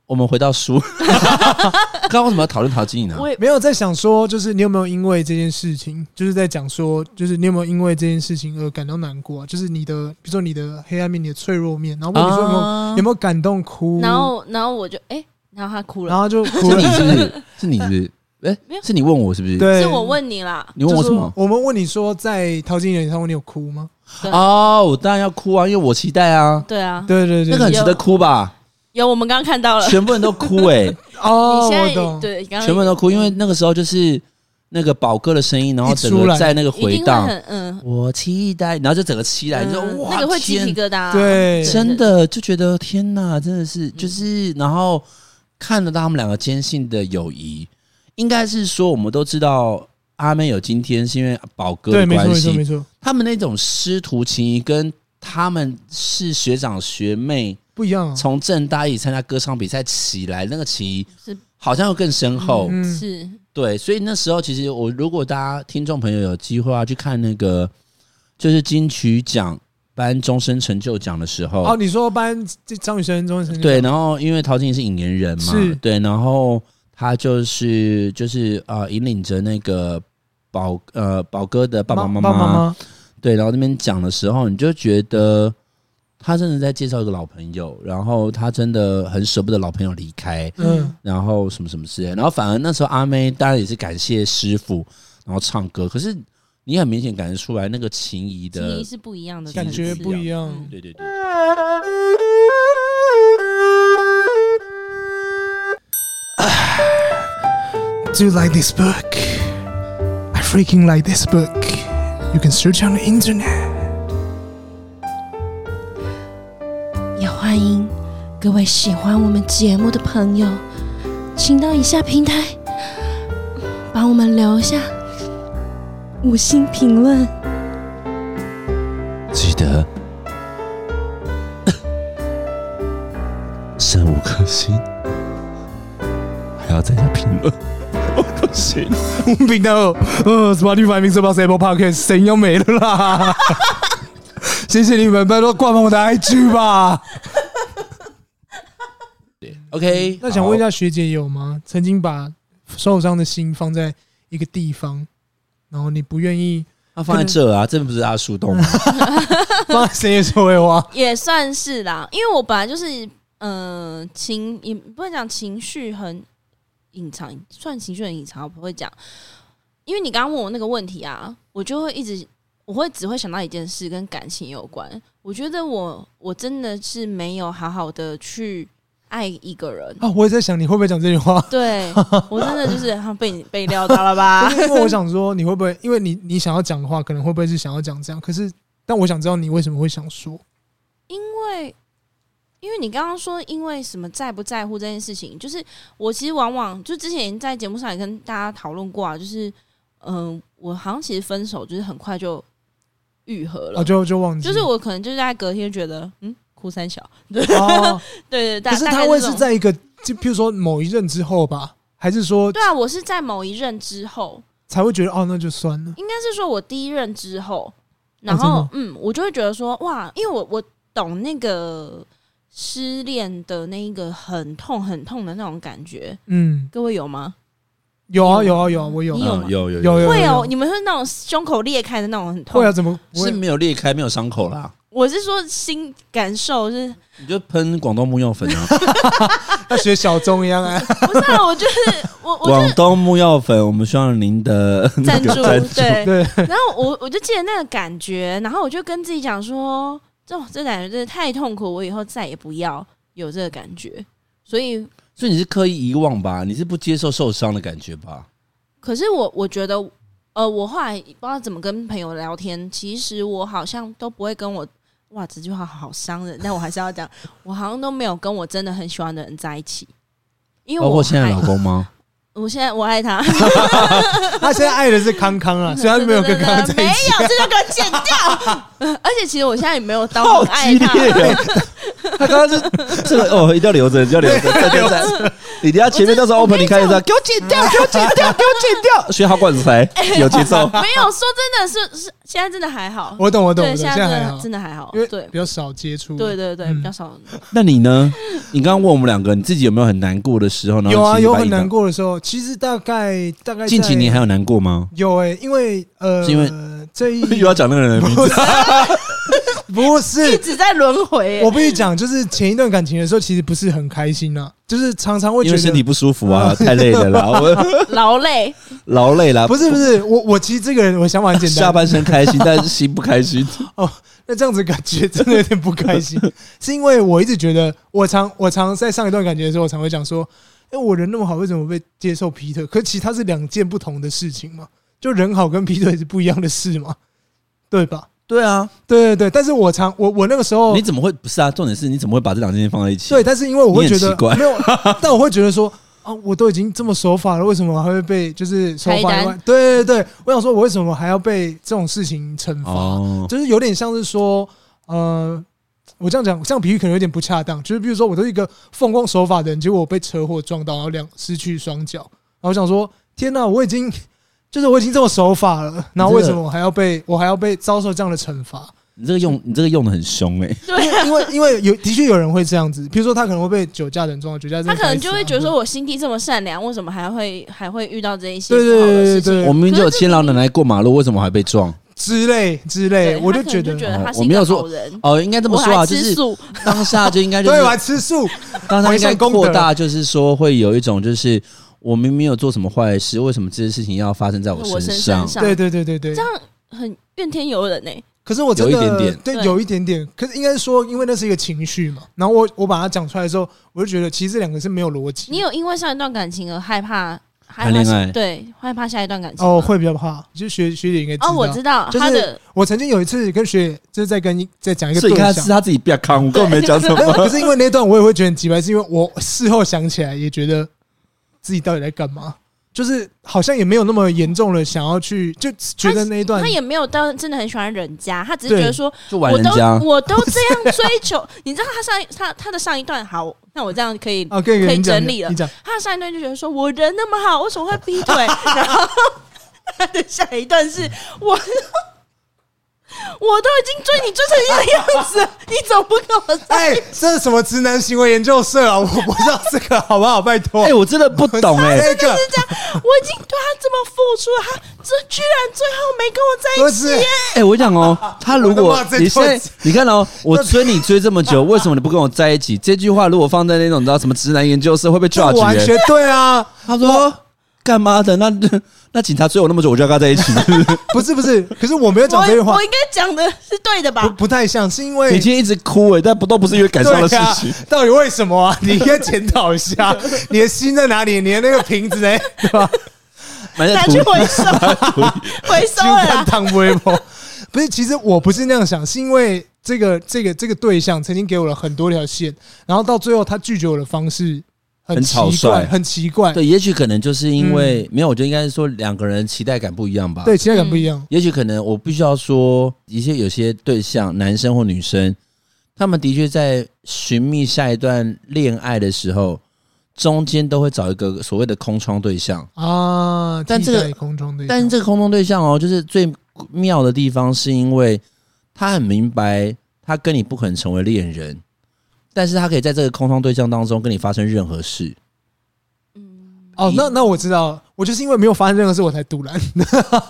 我们回到书， 刚刚为什么要讨论陶晶莹呢？
我也
没有在想说，就是你有没有因为这件事情，就是在讲说，就是你有没有因为这件事情而感到难过啊？就是你的，比如说你的黑暗面，你的脆弱面，然后问你说有没有、
啊
有没有感动哭，
然后然后我就哎、然后她哭
然
了，
后就哭
是你
了。
是不是？是你是不是？ 哎
没有，
是你问我是不是？，
对，
是我问你啦，
你问我什么？
我们问你说，在陶晶莹演唱会你有哭吗？
对
哦，我当然要哭啊，因为我期待啊，
对啊，
对对对，
那个很值得哭吧？
有，我们刚刚看到了。
全部人都哭哎、
哦，
你现
我
在
懂，
对，刚刚嗯
全部人都哭，因为那个时候就是那个宝哥的声音，然后整
一出
个
来
在那个
一定
回
会
荡，
很嗯，
我期待，然后就整个期待，你说
嗯
哇，
那个会鸡
天
皮疙瘩啊，
对瘩
真的就觉得天哪，真的是就是，然后看得到他们两个坚信的友谊，应该是说我们都知道阿妹有今天是因为宝哥
对，
的
没错，
关
没错，没
系，
错，
他们那种师徒情谊跟他们是学长学妹，
不一样啊，
从正大一起参加歌唱比赛起来，那个情谊
是
好像又更深厚。
嗯
是
对，所以那时候其实我如果大家听众朋友有机会要去看那个就是金曲奖颁终身成就奖的时候，
哦，你说班这张雨生、钟生
对，然后因为陶晶莹是引言人嘛
是，
对，然后他就是就是呃引领着那个宝呃宝哥的爸爸妈
爸妈妈，
对，然后那边讲的时候，你就觉得他真的在介绍一个老朋友，然后他真的很舍不得老朋友离开，
嗯，
然后什么什么之类的，然后反而那时候阿妹当然也是感谢师傅，然后唱歌，可是你很明显感觉出来那个情谊
情
的
谊，是不一样的层
感
次，
觉不一样。
对对对，
Do you like this book? I freaking like this book. You can search on the internet.
也欢迎各位喜欢我们节目的朋友，请到以下平台帮我们留下五星评论。
记 得剩五颗星，还要再加评论，我不行。
我们频道，呃，Spotify、Mixer、Box、Apple Podcast 声音要没了 啦。谢谢你们，拜托挂满我的 IG 吧。
OK，
那想问一下学姐有吗？曾经把受伤的心放在一个地方，然后你不愿意
好，他放在这啊，这不是阿树洞吗？
放在谁的手尾花？
也算是啦，因为我本来就是呃情也不能讲情绪很隐藏，算情绪很隐藏，我不会讲。因为你刚刚问我那个问题啊，我就会一直我会只会想到一件事，跟感情有关。我觉得我我真的是没有好好的去爱一个人，
啊，我也在想你会不会讲这句话。
对我真的就是 好像被你被撩到了吧
不？是因为我想说，你会不会因为你你想要讲的话，可能会不会是想要讲这样？可是，但我想知道你为什么会想说。
因为，因为你刚刚说因为什么在不在乎这件事情，就是我其实往往就之前在节目上也跟大家讨论过啊，就是嗯、呃我好像其实分手就是很快就愈合了，
哦，就就忘记，
就是我可能就是在隔天觉得嗯哭三小，
哦，
对对对，
可 是
大
他
概
会
这
是
种
在一个，就譬如说某一任之后吧，还是说
对啊，我是在某一任之后，
才会觉得哦，那就算了，
应该是说我第一任之后，然
真的
后、
哦
嗯，我就会觉得说哇，因为我我懂那个失恋的那一个很痛很痛的那种感觉，
嗯，
各位有吗？
有啊，有啊，有啊，我有
你
啊，
有
嗯
吗
有有
有有
会
有
哦，你们会那种胸口裂开的那种很痛。
会啊，怎么不
是
会？
没有裂开，没有伤 口啦，
我是说心感受 是，
你就喷广东木药粉啊！
要学小钟一样啊？
不是、啊、我就是 我 我
广东木药粉，我们希望 您的那
赞
个
助
赞助
对，
对，
然后我我就记得那个感觉，然后我就跟自己讲说，哦，这感觉真的太痛苦，我以后再也不要有这个感觉。所以，
所以你是刻意遗忘吧？你是不接受受伤的感觉吧？
可是我我觉得，呃，我后来不知道怎么跟朋友聊天，其实我好像都不会跟我。哇，这句话好伤人，但我还是要讲， 我好像都没有跟我真的很喜欢的人在一起，因为
包
我
括现在
害
老公吗？
我现在我爱 他，
他现在爱的是康康 啊，虽然没有跟康康在
没
一
有，
起，
这就给我剪掉。 而且其实我现在也没有到很爱他，。
哦！ 他刚刚是这个哦，一定要留着，一定要留着，再再再，你等一下前面到时候 open 你看一下，给我剪掉，给我剪掉，给我剪掉，学好管才有节奏
没有说真的是是现在真的还好，
我懂，我懂，我
对，
懂，
现在
现在
真
还
的
好，
真的还好，
因为
对
比较少接触，
对对对，
嗯
比较少。
那你呢？你刚刚问我们两个，你自己有没有很难过的时候？然后
有啊，
其实
有
把
很
你
难过的时候，其实大概大概
的。近几
在欸
年还有难过吗？
有哎，因为 呃，
是因为
这一
又要讲那个人的名字，
不
一
是，
直在轮回、
我
欸。
必须讲，就是前一段感情的时候，其实不是很开心啊，就是常常会
因
觉
为身体
得。
不舒服 啊，太累了啦，我
劳累，
劳累啦，
不是不是，我我其实这个人我想法 很简单，啊
下半身开心，啊但是心不开心。
那这样子感觉真的有点不开心， 是因为我一直觉得，我常我常在上一段感情的时候，我常会讲说，哎、我人那么好，为什么被接受劈腿？可其实它是两件不同的事情嘛，就人好跟劈腿是不一样的事嘛，对吧？
对啊，
对对对，但是我常我我那个时 候
你怎么会不是啊？重点是你怎么会把这两件事放在一起？
对，但是因为我会觉
你很
得
奇怪
没有，但我会觉得说。啊，我都已经这么守法了，为什么还会被就是守
开
法
单
以外？对对对，我想说，我为什么还要被这种事情惩罚？
哦，
就是有点像是说，呃，我这样讲，这样比喻可能有点不恰当。就是比如说，我都是一个奉公守法的人，结果我被车祸撞到，然后两失去双脚，然后我想说，天哪、我已经就是我已经这么守法了，然后为什么我还要被我还要被遭受这样的惩罚？
你这个用你这个用的很凶哎，
对啊，
因为因为有的确有人会这样子，比如说他可能会被酒驾的人撞到，酒驾
他可能就会觉得说，
我
我心地这么善良，为什么还会还会遇到这一些
对
不好的
对对
事情？
对
我
对
明明就有牵老奶奶过马路，为什么还被撞？
之类之类，
对
我
他
就
可能就
觉得哦
觉得他是
我
一
没有
个
说
好人，
哦，应该这么说
我
啊，
还
就
吃
是
素，
当下就应该就
对，
是
我还吃素，
当他应该扩
回向功
大，就是说会有一种就是我明明有做什么坏事，为什么这些事情要发生在我
我身
上？
上
对对对对对，
这样很怨天尤人呢、欸
可是我真的
有一点点
对，
对
有一点点。可是应该是说，因为那是一个情绪嘛。然后我我把它讲出来的时候，我就觉得其实这两个是没有逻辑。
你有因为上一段感情而害怕害怕
谈恋爱
对，害怕下一段感情吗
哦，会比较怕，就学学姐应该知道。
哦，我知道
就是
他的
我曾经有一次跟学姐就是在跟一在讲一个
所以
对
你看他
象
是，他自己不要看，我根本没讲什
没 有
么。
啊可是因为那段我也会觉得很奇怪，是因为我事后想起来也觉得自己到底在干嘛，就是好像也没有那么严重了，想要去就觉得那一段
他也没有到真的很喜欢人家，他只是觉得
对
说
就玩
我
人
都
家，
我都这样追求，你知道他上一他他的上一段好，那我这样可以。
啊，可以
可
可
以
以
整理了
你讲
他的上一段就觉得说我人那么好，为什么会劈腿？然后他的下一段是我，我都已经追你追成这个样子了，你怎么不跟我在？
哎，这是什么直男行为研究社啊？我不知道这个好不好？拜托，
哎，我真的不懂哎，
这个
这样，我已经对他这么付出了，他这居然最后没跟我在一
不
起。
是
哎，我讲 哦，他如
我
果
的妈这
你现在
就是
你看哦，我追你追这么久，为什么你不跟我在一起？这句话如果放在那种你知道什么直男研究社会被
这
judge
完
欸
全对啊！
他说干嘛的？那 那警察追我那么久，我就要跟他在一 起。
不是不是，可是我没有讲这句
我
话
我，应该讲的是对的吧
不？不太像，是因为
你今天一直哭哎，但不都不是因为感伤的事
对啊
情。
到底为什么啊？你应该检讨一下，你的心在哪里？你的那个瓶子呢？ 对吧？
买在
拿
图
去回收，回收了
看
啦。
汤微博， 不是，其实我不是那样想，是因为这个这个这个对象曾经给我了很多条线，然后到最后他拒绝我的方式很
很
奇
草率
怪，很奇怪，
对，也许可能就是因为、
嗯
没有，我觉得应该是说两个人期待感不一样吧。
对，，期待感不一样。
也许可能我必须要说，一些有些对象，男生或女生，他们的确在寻觅下一段恋爱的时候，中间都会找一个所谓的空窗对象。
嗯
啊！
但这个
替代空中对象，
但是这个空窗对象哦，就是最妙的地方，是因为他很明白，他跟你不可能成为恋人，但是他可以在这个空窗对象当中跟你发生任何事。
哦，那那我知道了，我就是因为没有发生任何事，我才 堵拦。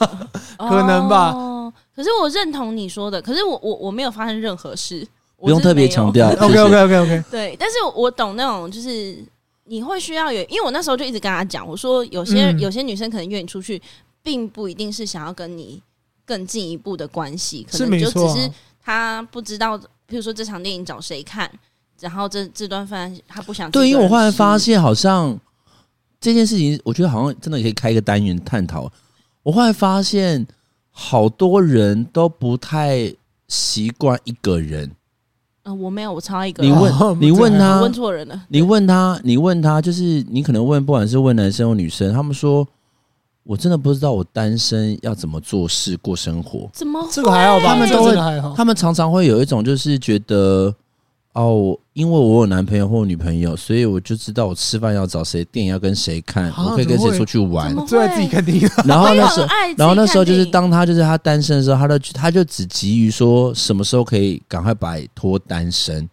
可能吧
哦。可是我认同你说的，可是我我我没有发生任何事， 我
不用
真的
特别
没有
强调
OK OK OK OK，
对，但是我懂那种就是你会需要有，因为我那时候就一直跟他讲，我说有些、
嗯
有些女生可能约你出去，并不一定是想要跟你更进一步的关系，可
是
能
没
就
错
只
啊。
是她不知道，比如说这场电影找谁看，然后这这段饭她不想。
对，因为我忽然发，现，好像这件事情，我觉得好像真的可以开一个单元探讨。我忽然发现，好多人都不太习惯一个人。
嗯、我没有，我超一个
你
人，
问，
哦
你问
这
我
他
问，错人了。
你问他，你问他，就是你可能问，不管是问男生或女生，他们说，我真的不知道我单身要怎么做事过生活。
怎么会
这个还好吧？
他们
这个
都会
真的还好。
他们常常会有一种就是觉得，哦，因为我有男朋友或女朋友，所以我就知道我吃饭要找谁，电影要跟谁看，
啊
我可以跟谁出去玩
怎。么会
最爱自己看电影，
然后
我也
那
很
时候，
爱自己
然后那时候
看
就是
电影
当他就是他单身的时候，他就他就只急于说什么时候可以赶快摆脱单身。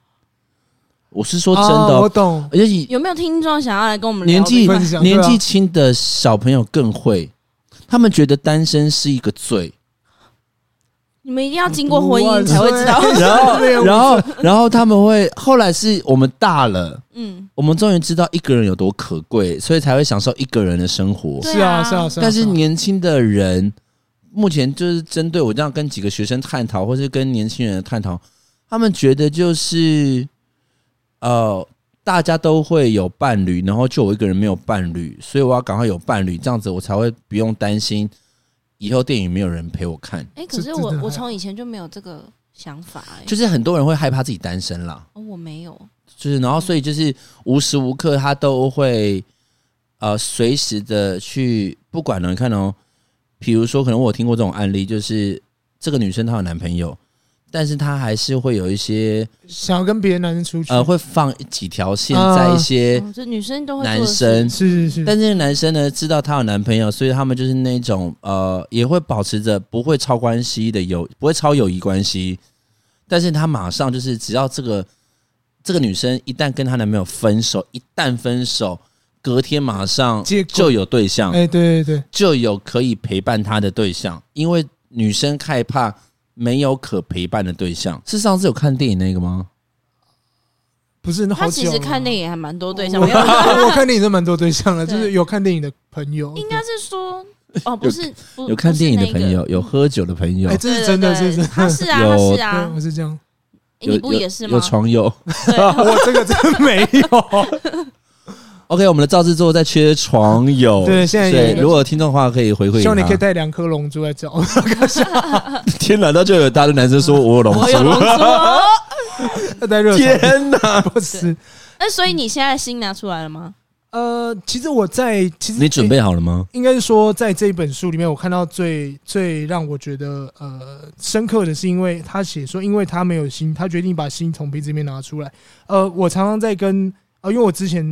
我是说真的
啊我
哦，
懂。
而且以
有没有听众想要来跟我们聊
年
这
纪
个
分享对啊
年纪轻的 小朋友更会，他们觉得单身是一个罪。
你们一定要经过婚姻才会啊知道。
然后，然后，然后他们会后来是我们大了，
嗯，
我们终于知道一个人有多可贵，所以才会享受一个人的生活。
对
是啊
啊
是啊是啊，
但是年轻的人，目前就是针对我这样跟几个学生探讨，或是跟年轻人的探讨，他们觉得就是，呃，大家都会有伴侣，然后就我一个人没有伴侣，所以我要赶快有伴侣，这样子我才会不用担心以后电影没有人陪我看。
哎、可
这
是
真的
我
还好
我从以前就没有这个想法、哎，
就是很多人会害怕自己单身啦，
哦我没有，
就是然后所以就是无时无刻他都会呃随时的去不管了，你看哦，比如说可能我有听过这种案例，就是这个女生她有男朋友，但是她还是会有一些
想要跟别的男生出去，
呃会放几条线
啊
在一些
哦这女生都会做
男
的事
生。
是是是，
但是那个男生呢，知道她有男朋友，所以他们就是那种呃，也会保持着不会超关系的友，不会超友谊关系。但是她马上就是，只要这个这个女生一旦跟她男朋友分手，一旦分手，隔天马上
结果
就有对象，
哎对对对，
就有可以陪伴她的对象，因为女生害怕没有可陪伴的对象。是上次有看电影那个吗？
不是那好
他
久
其
了，
实看电影还蛮多对象，
我
没有
我看电影是蛮多对 象的，
对
就是有看电影的朋友，
应该是说哦，不是不
有看电影的朋，
不
友，有喝酒的朋友
哎，，这
是那个对对
是真的，这是真
对
的
他是啊，
有
他是
对，
啊
我，是这样，
哎你不也是
有
吗
有？床友。
我这个真没有，
OK，我们的赵制作在缺床友，
对现在
所以
有
如果有听众的话可以啊回馈
希望你
他
可以带两颗龙珠来找 我。
天哪，那就有大陆男生说我有龙
嗯我有龙
珠，
珠哦。
带热 水
天哪！
不是，
那所以你现在心拿出来了吗？
呃，其实我在其实
你准备好了吗？
应该是说，在这一本书里面，我看到最最让我觉得呃深刻的是，因为他写说，因为他没有心，他决定把心从鼻子里面拿出来。呃，我常常在跟呃，因为我之前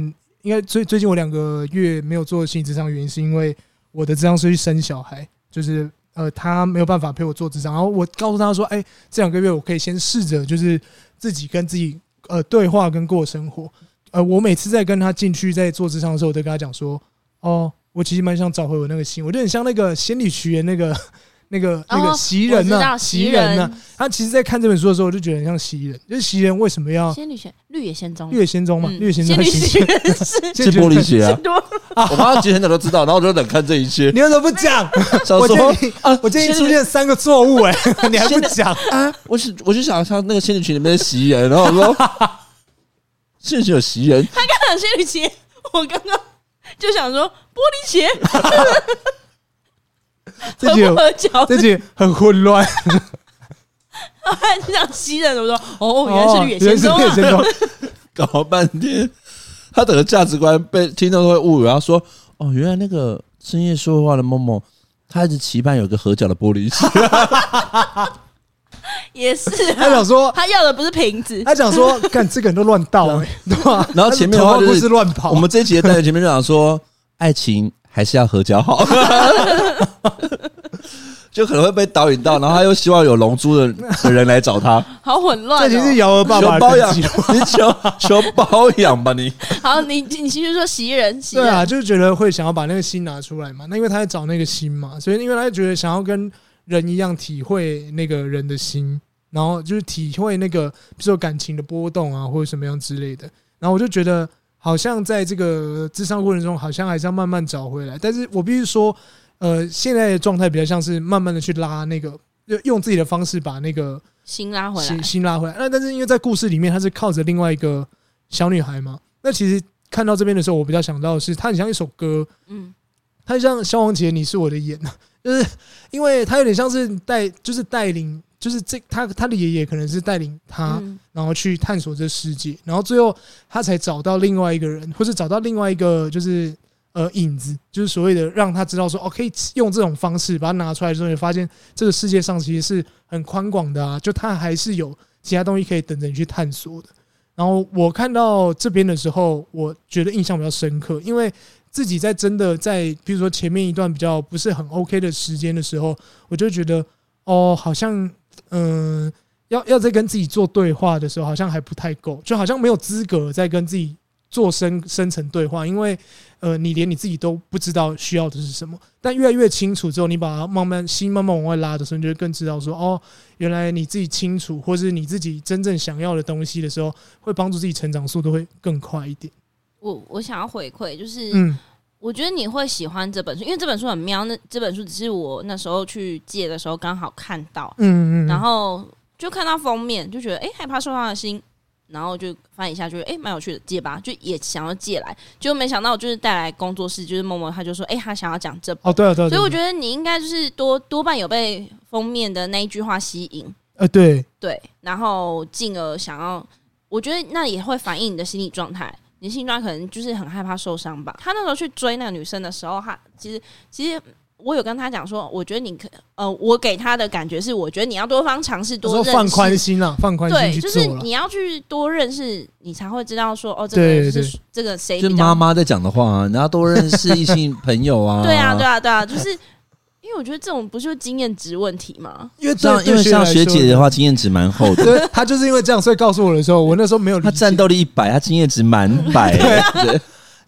应该最最近我两个月没有做心理智商，原因是因为我的智商是去生小孩，就是呃他没有办法陪我做智商，然后我告诉他说，哎、这两个月我可以先试着就是自己跟自己呃对话跟过生活。呃，我每次在跟他进去在做智商的时候，我都跟他讲说，哦，我其实蛮想找回我那个心，我就很像那个心理学那个 那个那个
哦
袭
我
人
知
呐、
道
袭
袭
人呐、啊
人，
他其实，在看这本书的时候，我就觉得很像袭人，就是袭人为什么要
仙女仙绿野仙踪，
越啊仙踪嘛？
嗯
越仙
仙
踪
女
还是
仙
仙
人
是玻璃鞋啊！
多
我妈今天早都知道，然后我就冷看这一切，
你为什么不 讲？
想
我建
说
议
啊，
我建议出现三个错误，哎， 你还不 讲？
啊，我是我就想像那个仙女群里面的袭人，然后我 说仙女群有袭人，
看仙女鞋，我刚刚就想说玻璃鞋
这
合不
集有
合脚，
这集很混乱，
然后还想袭人，我说 哦，原来是绿野仙踪
哦原来
啊
是绿野仙踪，
搞半天，他整个价值观被听众都会误以为他说哦，原来那个深夜说话的某某，他一直期盼有个合脚的玻璃 鞋。
也是啊。
他想说，
他要的不是瓶子，
他想说，看这个人都乱倒， 哎，对吧？
然后前面的话
童
就
话故
是
事乱跑，啊
我们这一集的单元前面就讲说， 爱情还是要合脚好， 就可能会被导引到，然后他又希望有龙珠的的人来找他，
好混
这
乱
集是
哦。
瑶儿 爸
求
爸
包
的
养，
根基
你求求包养吧 你。
好，你你继续说袭人，袭
对啊，
人
就是觉得会想要把那个心拿出来嘛。那因为他在找那个心嘛，所以因为他觉得想要跟人一样体会那个人的心，然后就是体会那个比如说感情的波动啊，或者什么样之类的。然后我就觉得好像在这个智商过程中，好像还是要慢慢找回来。但是我必须说，呃，现在的状态比较像是慢慢的去拉那个，就用自己的方式把那个
心拉回来
新，新拉回来。那但是因为在故事里面，她是靠着另外一个小女孩嘛。那其实看到这边的时候，我比较想到的是，它很像一首歌，
嗯，
它像消亡节你是我的眼， 就是因为它有点像是带，就是带领，就是这他他的爷爷可能是带领他，
嗯
然后去探索这世界，然后最后他才找到另外一个人，或者找到另外一个就是呃影子，就是所谓的让他知道说哦，可以用这种方式把它拿出来之后，你发现这个世界上其实是很宽广的啊，就它还是有其他东西可以等着你去探索的。然后我看到这边的时候，我觉得印象比较深刻，因为自己在真的在，比如说前面一段比较不是很 OK 的时间的时候，我就觉得哦，好像嗯、要要在跟自己做对话的时候，好像还不太够，就好像没有资格在跟自己做深深层对话，因为呃，你连你自己都不知道需要的是什么。但越来越清楚之后，你把它慢慢心慢慢往外拉的时候，你就会更知道说，哦，原来你自己清楚，或是你自己真正想要的东西的时候，会帮助自己成长速度会更快一点。
我我想要回馈，就是、
嗯，
我觉得你会喜欢这本书，因为这本书很妙。那这本书只是我那时候去借的时候刚好看到，
嗯嗯，
然后就看到封面，就觉得哎、诶害怕受伤的心，然后就翻一下，觉得哎蛮、有趣的，借吧，就也想要借来，就没想到就是带来工作室，就是默默他就说哎、诶他想要讲这本，
哦，对啊，对啊，
所以我
得，
觉得你应该就是多多半有被封面的那一句话吸引，
呃，对，
对，然后进而想要，我觉得那也会反映你的心理状态。你的心理状态可能就是很害怕受伤吧。他那时候去追那个女生的时候，他其实其实我有跟他讲说，我觉得你可呃，我给他的感觉是，我觉得你要多方尝试，
有时候
多
放
认
宽
识。
心啦，放宽
对，
心去
就是
做了
你。要去多认识，你才会知道说哦，这
对
个
对
是这个谁
就
比
妈
较
妈在讲的话、啊，你要多认识异性朋友 啊。
对啊，对啊，对啊，就是因为我觉得这种不就是经验值问题吗？
因为
像
对
因为像学姐的，话，经验值蛮厚的，
对对她就是因为这样，所以告诉我的时候，我那时候 没有理
她
解
战。斗力一百，她经验值满百。 对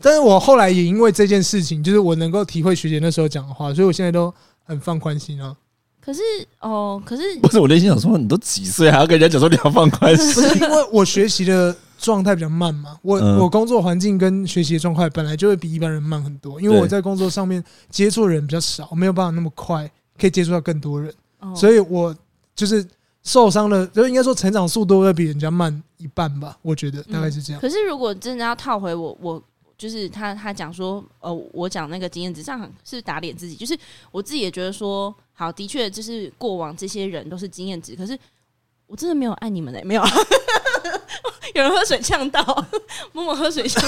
但是我后来也因为这件事情，就是我能够体会学姐那时候讲的话，所以我现在都很放宽心 啊。
可是哦，可是
不是我内心想说，你都几岁啊还要跟人家讲说你要放宽
不
心？
是因为我学习的状态比较慢嘛，我、
嗯
我工作环境跟学习的状态本来就会比一般人慢很多，因为
对
我在工作上面接触的人比较少，没有办法那么快可以接触到更多人，
哦
所以我就是受伤的，就应该说成长速度会比人家慢一半吧，我觉得大概是 这
嗯
样。
可是如果真的要套回我，我就是他他讲说，呃，我讲那个经验值上是打脸自己，就是我自己也觉得说，好，的确就是过往这些人都是经验值，可是我真的没有爱你们嘞、没 有啊。有人喝水呛到，默默喝水呛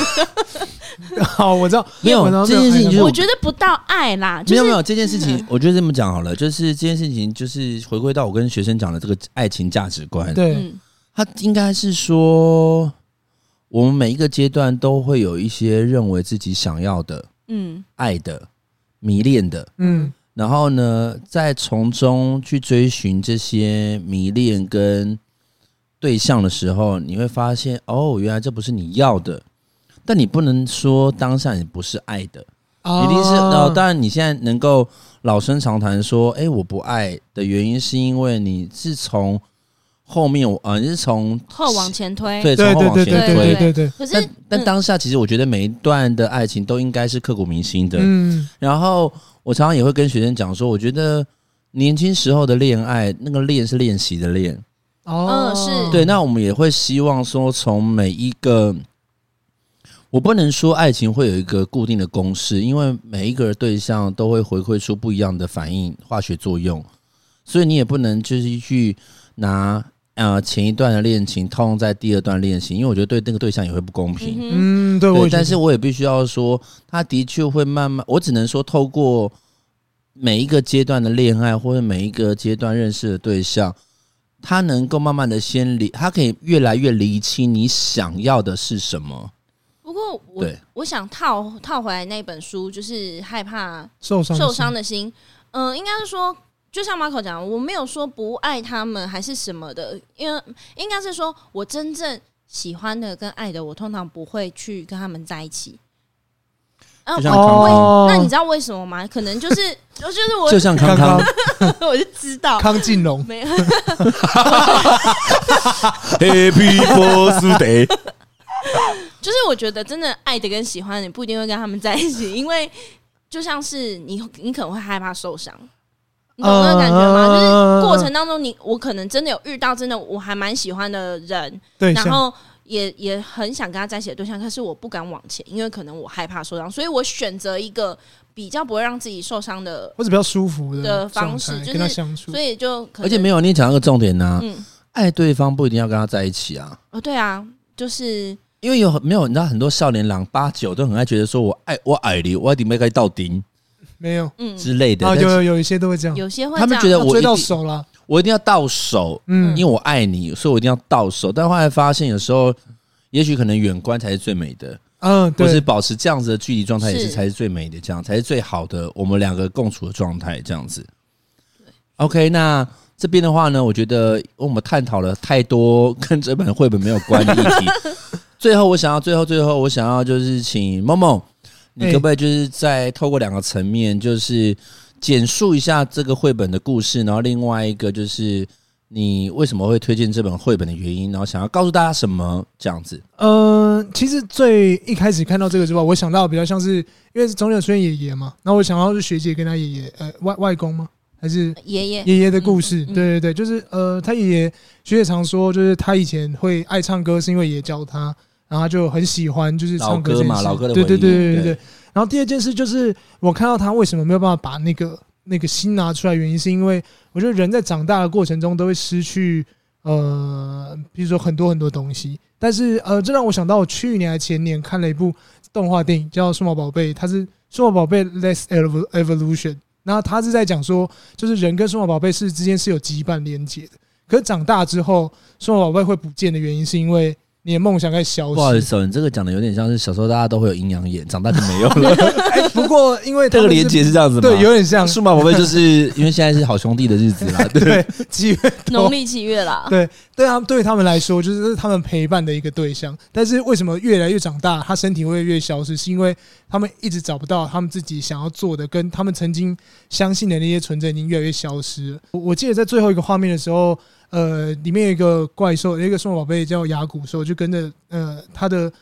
到，
好，我知道，
没有
我知道
这件事情就是
哎
我觉得不到爱啦，就是
没有没有这件事情，我就这么讲好了，就是这件事情就是回归到我跟学生讲的这个爱情价值观。
对、
嗯，
他应该是说，我们每一个阶段都会有一些认为自己想要的、
嗯
爱的、迷恋的，
嗯，
然后呢，再从中去追寻这些迷恋跟对象的时候，你会发现，哦，原来这不是你要的。但你不能说当下你不是爱的，
啊
一定是哦。当然，你现在能够老生常谈说，哎、我不爱的原因是因为你是从后面，呃，你是从
后往前推。
对，
哎对
从后
对
往
对
前
对对
推。
对对对，
可是
但但当下，其实我觉得每一段的爱情都应该是刻骨铭心的。
嗯
然后我常常也会跟学生讲说，我觉得年轻时候的恋爱，那个恋是练习的练。
哦
嗯是
对，那我们也会希望说，从每一个，我不能说爱情会有一个固定的公式，因为每一个对象都会回馈出不一样的反应化学作用，所以你也不能就是去拿。呃，前一段的恋情套用在第二段恋情，因为我觉得对那个对象也会不公平。
嗯哼，
嗯对，我
对，
也觉得
但是我也必须要说，他的确会慢慢，我只能说透过每一个阶段的恋爱，或者每一个阶段认识的对象，他能够慢慢的先理，他可以越来越厘清你想要的是什么。
不过我
对
我想套套回来那本书，就是害怕
受伤
受伤
的
的心，嗯、应该是说，就像马可讲，我没有说不爱他们还是什么的，因为应该是说我真正喜欢的跟爱的，我通常不会去跟他们在一起。啊
就
心
像康康
哦
那你知道为什么吗？可能就是 就
就是像康
刚
康
刚，
我我就知道
康靖龙。
没有
Happy Birthday！
就是我觉得真的爱的跟喜欢的，你不一定会跟他们在一起，因为就像是你，你可能会害怕受伤，你懂那个感觉吗？
嗯
就是过程当中你，我可能真的有遇到真的我还蛮喜欢的人，
对象，
然后也也很想跟他在一起的对象，可是我不敢往前，因为可能我害怕受伤，所以我选择一个比较不会让自己受伤的，
或者比较舒服的
的方式
状态
就是
跟他相处
所。以就可能
而且没有你讲到一个重点呢、啊
嗯
爱对方不一定要跟他在一起啊。
哦，对啊，就是
因为有很没有你知道很多少年郎八九都很爱觉得说我爱我爱你，我一定没该到顶
没有
嗯，
之类的，
啊，
但
有
是
有有一些都会这样，
有些会
他们
这
觉
样
得
要
我
追
一定
到手了。
我一定要到手，
嗯，
因为我爱你，所以我一定要到手。但后来发现，有时候也许可能远观才是最美的，
嗯，
或是
对，
保持这样子的距离状态也是
是
才是最美的，这样才是最好的我们两个共处的状态，这样子。OK，那这边的话呢，我觉得我们探讨了太多跟这本绘本没有关的议题。最后我想要，最后最后我想要就是请梦梦，你
哎
可不可以就是再透过两个层面，就是简述一下这个绘本的故事，然后另外一个就是你为什么会推荐这本绘本的原因，然后想要告诉大家什么这样子。
呃，其实最一开始看到这个之外，我想到比较像是因为总有出现爷爷嘛，那我想到是学姐跟她爷爷，呃，外外公吗？还是
爷爷
爷爷的故事？
嗯嗯
对对对，就是呃，他爷爷学姐常说，就是他以前会爱唱歌，是因为爷爷教他，然后他就很喜欢就是
老
唱歌
歌
这件
嘛
事
老歌的
对
回
对
忆
对对对
对
对。然后第二件事就是，我看到他为什么没有办法把那个那个心拿出来，原因是因为我觉得人在长大的过程中都会失去呃，比如说很多很多东西。但是呃，这让我想到我去年还前年看了一部动画电影叫《数码宝贝》，它是《数码宝贝 Less Evolution》，那它是在讲说，就是人跟数码宝贝是之间是有羁绊连接的。可是长大之后，数码宝贝会不见的原因是因为你的梦想在消失。
不好意思、哦，你这个讲的有点像是小时候大家都会有阴阳眼，长大就 没有了。
哎，不过因为他
这
们
个
是
连接是这样子吗？
对，有点像
数码宝贝，就是因为现在是好兄弟的日子 啦，对。
对几月
农历七月啦，
对，对他们对他们来说，就是这是他们陪伴的一个对象。但是为什么越来越长大，他身体会越消失？是因为他们一直找不到他们自己想要做的，跟他们曾经相信的那些纯真已经越来越消失了。我我记得在最后一个画面的时候，呃，里面有一个怪兽，有一个数码宝贝叫牙骨兽，就跟着呃它的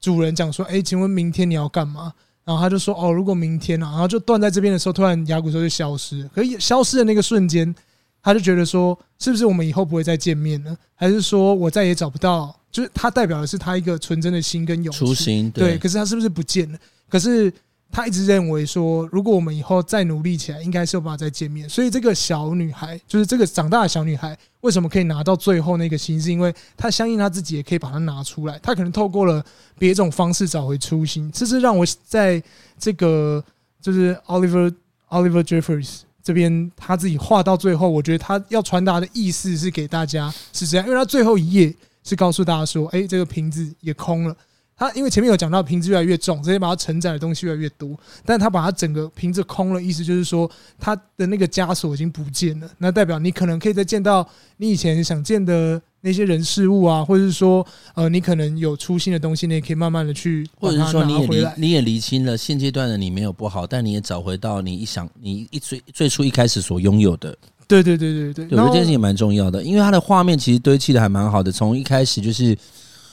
主人讲说：“哎，请问明天你要干嘛？”然后他就说：“哦，如果明天啊。”然后就断在这边的时候，突然牙骨兽就消失了。可是消失的那个瞬间，他就觉得说，是不是我们以后不会再见面了？还是说我再也找不到？就是他代表的是他一个纯真的心跟勇气。
初心
对，可是他是不是不见了？可是他一直认为说，如果我们以后再努力起来，应该是有办法再见面。所以这个小女孩，就是这个长大的小女孩，为什么可以拿到最后那个心，是因为她相信她自己也可以把它拿出来。她可能透过了别种方式找回初心，这是让我在这个就是 Oliver Oliver Jeffers。这边他自己画到最后，我觉得他要传达的意思是给大家是这样，因为他最后一页是告诉大家说，哎、这个瓶子也空了，它因为前面有讲到瓶子越来越重，这些把它承载的东西越来越多，但它把它整个瓶子空了，意思就是说它的那个枷锁已经不见了，那代表你可能可以再见到你以前想见的那些人事物啊，或者是说呃你可能有初心的东西，你也可以慢慢的去把
或者
它
是说你
拿
也
回
离
来。
你也厘清了现阶段的你没有不好，但你也找回到你一想你一最最初一开始所拥有的。
对对对对
对，
对，
我觉得
然后
这件事情蛮重要的，因为它的画面其实堆砌的还蛮好的，从一开始就是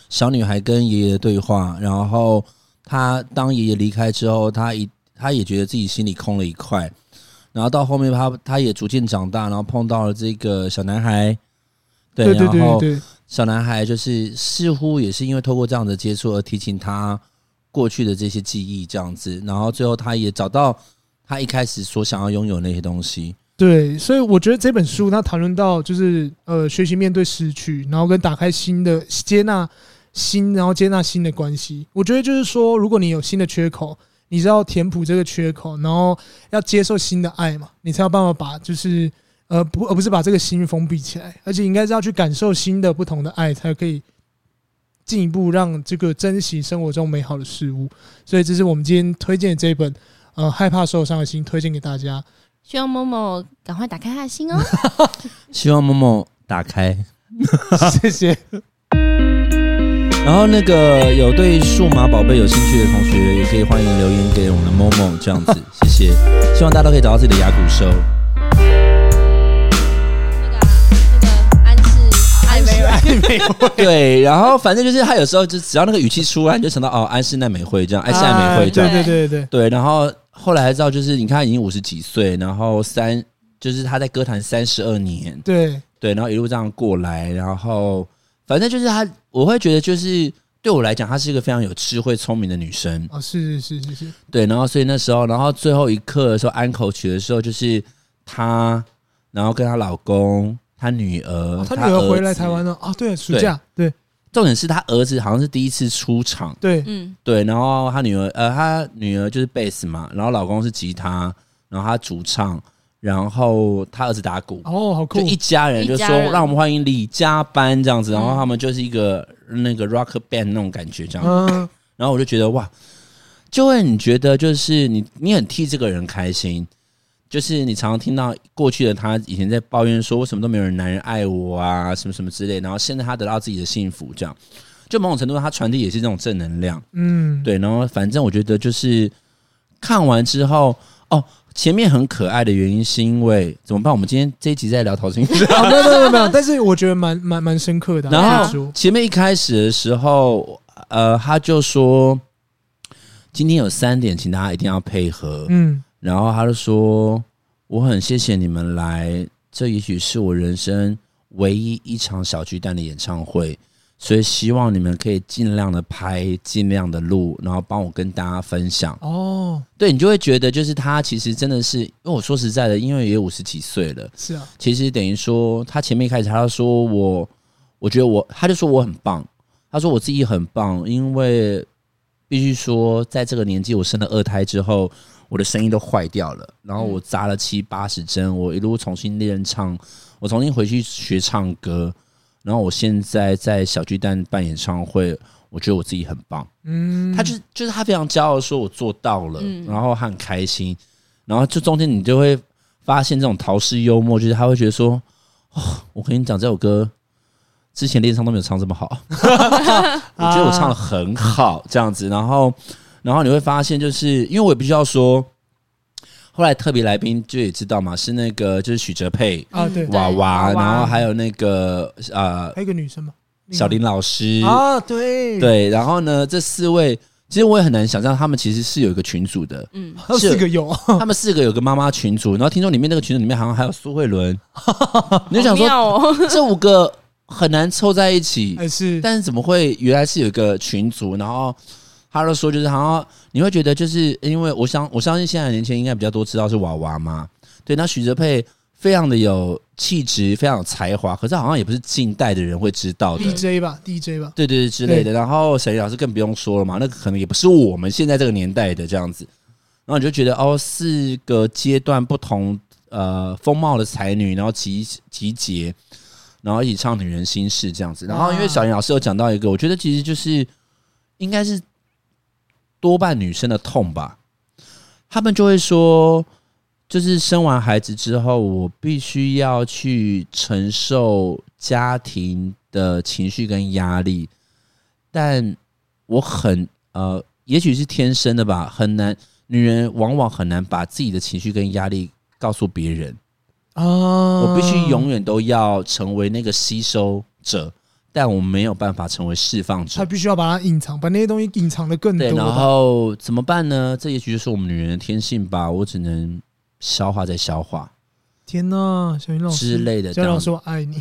小女孩跟爷爷的对话，然后她当爷爷离开之后，她一她也觉得自己心里空了一块，然后到后面她她也逐渐长大，然后碰到了这个小男孩。
对对
然后
对对
小男孩就是似乎也是因为透过这样的接触而提醒他过去的这些记忆，这样子，然后最后他也找到他一开始所想要拥有那些东西。
对，所以我觉得这本书它谈论到就是呃学习面对失去，然后跟打开新的接纳新，然后接纳新的关系。我觉得就是说，如果你有新的缺口，你知道填补这个缺口，然后要接受新的爱嘛，你才有办法把就是呃不而不是把这个心封闭起来，而且应该是要去感受新的不同的爱，才可以进一步让这个珍惜生活中美好的事物。所以这是我们今天推荐的这一本呃害怕受伤的心推荐给大家。
希望某某赶快打开他的心哦。
希望某某打开。
谢谢。
然后那个有对数码宝贝有兴趣的同学，也可以欢迎留言给我们的某某这样子，谢谢。希望大家都可以找到自己的牙骨 兽。
那个啊那个
嗯
安室
哎
安室
对，然后反正就是他有时候就只要那个语气出来，你就想到哦，安室奈美惠这样，安室奈美惠这样
啊。对对对对，
对，然后后来才知道，就是你看他已经五十几岁，然后三就是他在歌坛三十二年，
对
对，然后一路这样过来，然后反正就是他，我会觉得就是对我来讲，她是一个非常有智慧、聪明的女生。
哦，是是是是是，
对，然后所以那时候，然后最后一刻的时候，安口曲的时候，就是她，然后跟她老公、她女儿、
哦他
她
女儿回来
子
台湾，了啊，对，暑假，对
重点是她儿子好像是第一次出场，
对
嗯，
对，然后他女儿，呃，他女儿就是贝斯嘛，然后老公是吉他，然后他主唱，然后他儿子打鼓，
哦，好酷
就，一家人就
一
说
家人
让我们欢迎李家班这样子，然后
嗯
他们就是一个那个 rock band 那种感觉这样，
嗯，
然后我就觉得哇，就会你觉得就是你你很替这个人开心，就是你常常听到过去的他以前在抱怨说为什么都没有人男人爱我啊，什么什么之类，然后现在他得到自己的幸福这样。就某种程度上它传递也是这种正能量。
嗯，，
对，然后反正我觉得就是哦看完之后，哦，前面很可爱的原因是因为怎么办？我们今天这一集在聊陶晶莹，
啊，没有没有没有没有，但是我觉得蛮蛮蛮深刻的啊、
然
这
后
本书
前面一开始的时候，呃，他就说今天有三点，请大家一定要配合。
嗯
然后他就说：“我很谢谢你们来，这也许是我人生唯一一场小巨蛋的演唱会，所以希望你们可以尽量的拍，尽量的录，然后帮我跟大家分享。
哦，
对你就会觉得，就是他其实真的是，因为我说实在的，因为也五十几岁了，
是啊，
其实等于说他前面一开始他就说我，我觉得我，他就说我很棒，他说我自己很棒，因为必须说，在这个年纪，我生了二胎之后，我的声音都坏掉了，然后我扎了七八十针，我一路重新练唱，我重新回去学唱歌，然后我现在在小巨蛋办演唱会，我觉得我自己很棒。
嗯，
他就是就是他非常骄傲地说我做到了，
嗯
然后他很开心，然后就中间你就会发现这种陶氏幽默，就是他会觉得说，哦，我跟你讲这首歌之前练唱都没有唱这么好， 我觉得我唱的很好这样子，然后然后你会发现就是因为我也必须要说，后来特别来宾就也知道嘛，是那个就是许哲佩。
啊，对，
哇
娃娃，
娃娃
然后还有那个呃
还有一个女生嘛，另外
小林老师
啊，对，
对，然后呢，这四位其实我也很难想象，他们其实是有一个群组的，
嗯，
还有四个有，啊
他们四个有个妈妈群组，然后听说里面那个群组里面好像还有苏慧 伦， 你就想
好
说
妙哎哦，
这五个很难凑在一起，
还是
但是怎么会原来是有一个群组，然后。他就说，就是好像你会觉得，就是因为我相我相信现在的年轻人应该比较多知道是娃娃嘛，对。那许哲佩非常的有气质，非常有才华，可是好像也不是近代的人会知道的。
DJ 吧，DJ 吧，
对对对之类的。然后沈老师更不用说了嘛，那个可能也不是我们现在这个年代的这样子。然后你就觉得哦，四个阶段不同呃风貌的才女，然后集集结，然后一起唱女人心事这样子。然后因为小林老师有讲到一个，我觉得其实就是应该是多半女生的痛吧，他们就会说。就是生完孩子之后，我必须要去承受家庭的情绪跟压力，但我很呃，也许是天生的吧，很难。女人往往很难把自己的情绪跟压力告诉别人，
啊，
我
我
必须永远都要成为那个吸收者，但我没有办法成为释放
他
者。
必须要把它隐藏，把那些东西隐藏的更
对，
多
然
吧。
后怎么办呢？这也许就是我们女人的天性吧，我只能消化再消化。
天呐，小云老师
之类的
小云老
这样
师，我爱你。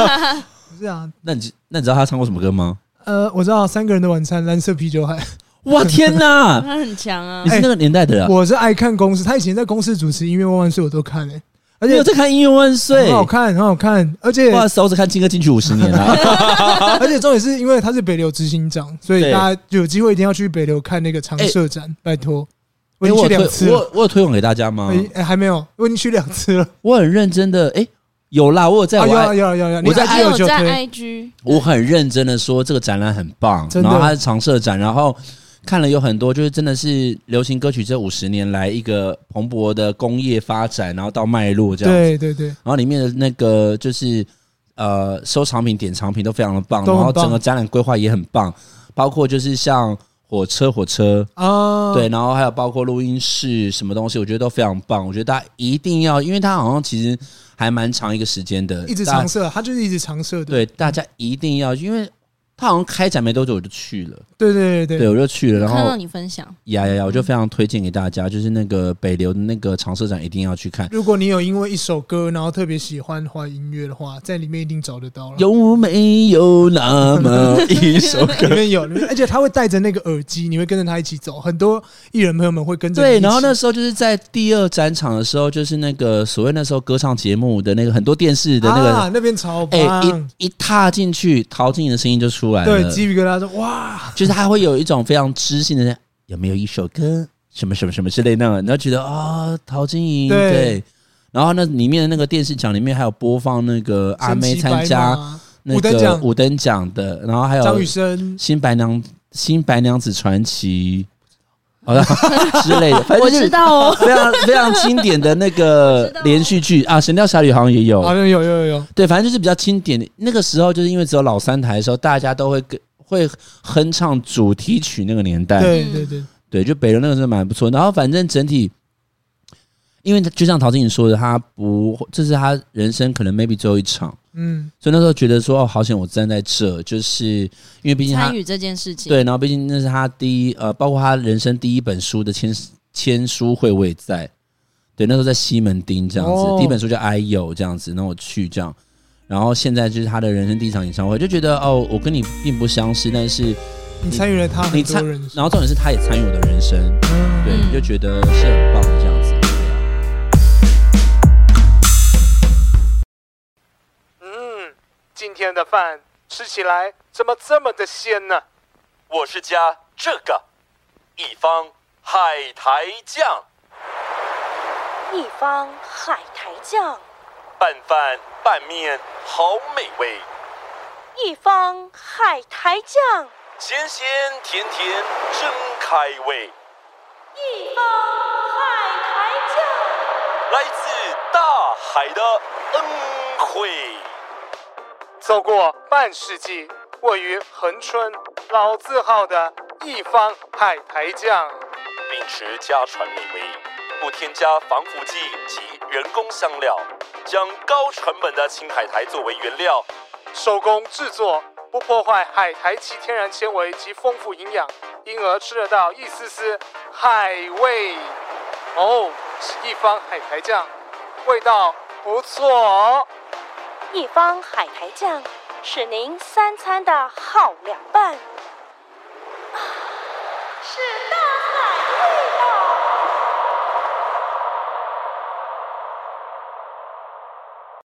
不是啊，
那你知那你知道她唱过什么歌 吗？
呃，我知道三个人的晚餐，蓝色啤酒海。
哇天哪！
他很强啊
你，是那个年代的人啊，
哎我是爱看公司，他以前在公司主持《音乐万万岁》，我都看诶、而
你
且
有在看《音乐万岁
很》好？看，很好看。而且
哇塞，我只看金歌进去五十年啊了。
而且重点是因为他是北流执行长，所以
对
大家有机会一定要去北流看那个常设展，拜托。 我
哎
已经
我有
去
推
两次
我
了，
有我有推广给大家吗
哎、？哎还没有，我已经去两次 了。
我很认真的，哎，有啦，我有在
啊，有啊
玩。
有啊有啊有啊，
我在
你
还
IG
有
有就
在
推，
IG，
我很认真的说这个展览很棒，
真
然
的
后它是常设展，然后看了有很多，就是真的是流行歌曲这五十年来一个蓬勃的工业发展，然后到脉络这样子。
对对对，
然后里面的那个就是呃收藏品、典藏品都非常的棒，
都
然
很
后整
棒
个展览规划也很棒，包括就是像火车、火车，
啊，
对，然后还有包括录音室什么东西，我觉得都非常棒。我觉得大家一定要，因为它好像其实还蛮长一个时间的，
一直
大
常设，他就是一直常设的。
对大家一定要，因为它好像开展没多久我就去了，
对对对
对我就去了，然
看到
后
你分享，
呀呀呀，我就非常推荐给大
嗯
家，就是那个北流的那个长社展一定要去看。
如果你有因为一首歌然后特别喜欢华语音乐的话，在里面一定找得到了。
有没有那么一 首歌？
里面有，里面而且他会带着那个耳机，你会跟着他一起走。很多艺人朋友们会跟着你一
对，
起。
然后那时候就是在第二展场的时候，就是那个所谓那时候歌唱节目的那个很多电视的那
啊
个，
那边超
哎、
棒，
一一踏进去，陶晶莹的声音就出来了，
对，鸡皮疙瘩说哇，
就是他会有一种非常知性的，有没有一首歌什么什么什么之类那种，然后觉得啊、陶晶莹
对
对。然后那里面的那个电视墙里面还有播放那个阿妹参加那
五等
个
奖
五等奖的，然后还有
张雨生，
新白娘新白娘子传奇，好了之类 的，反正
我
就是
知道哦，
非常非常经典的那
我
个
知道
连续剧啊，《神雕侠侣》好像也有，
哦好像有有有有，
对，反正就是比较经典的。那个时候就是因为只有老三台的时候，大家都会跟会哼唱主题曲那个年代，
对
嗯
对对，
对，就北流那个是蛮不错。然后反正整体，因为就像陶晶莹说的，她不，这是她人生可能 maybe 最后一场，
嗯，
所以那时候觉得说，哦，好险我站在这，就是因为毕竟她
参与这件事情，
对，然后毕竟那是她第一呃，包括她人生第一本书的签签书会我也在，对，那时候在西门町这样子，
哦
第一本书叫《I 有》这样子，然后我去这样。然后现在就是她的人生第一场演唱会，就觉得哦，我跟你并不相识，但是，
你参与了他很
你
多
参
人的事，
然后重点是她也参与我的人生，
嗯
对，
嗯
就觉得是很棒的这样子。对啊
嗯，今天的饭吃起来怎么这么的鲜呢？
我是加这个，一方海苔酱，
一方海苔酱，
拌饭拌面好美味，
一方海苔酱，
咸咸甜甜真开胃，
一方海苔酱。
来自大海的恩惠。
走过半世纪，位于恒春老字号的一方海苔酱，
秉持家传美味，不添加防腐剂及人工香料，将高成本的青海苔作为原料，
手工制作，不破坏海苔其天然纤维及丰富营养，因而吃得到一丝丝海味。哦，是一方海苔酱，味道不错哦。
一方海苔酱是您三餐的好凉拌。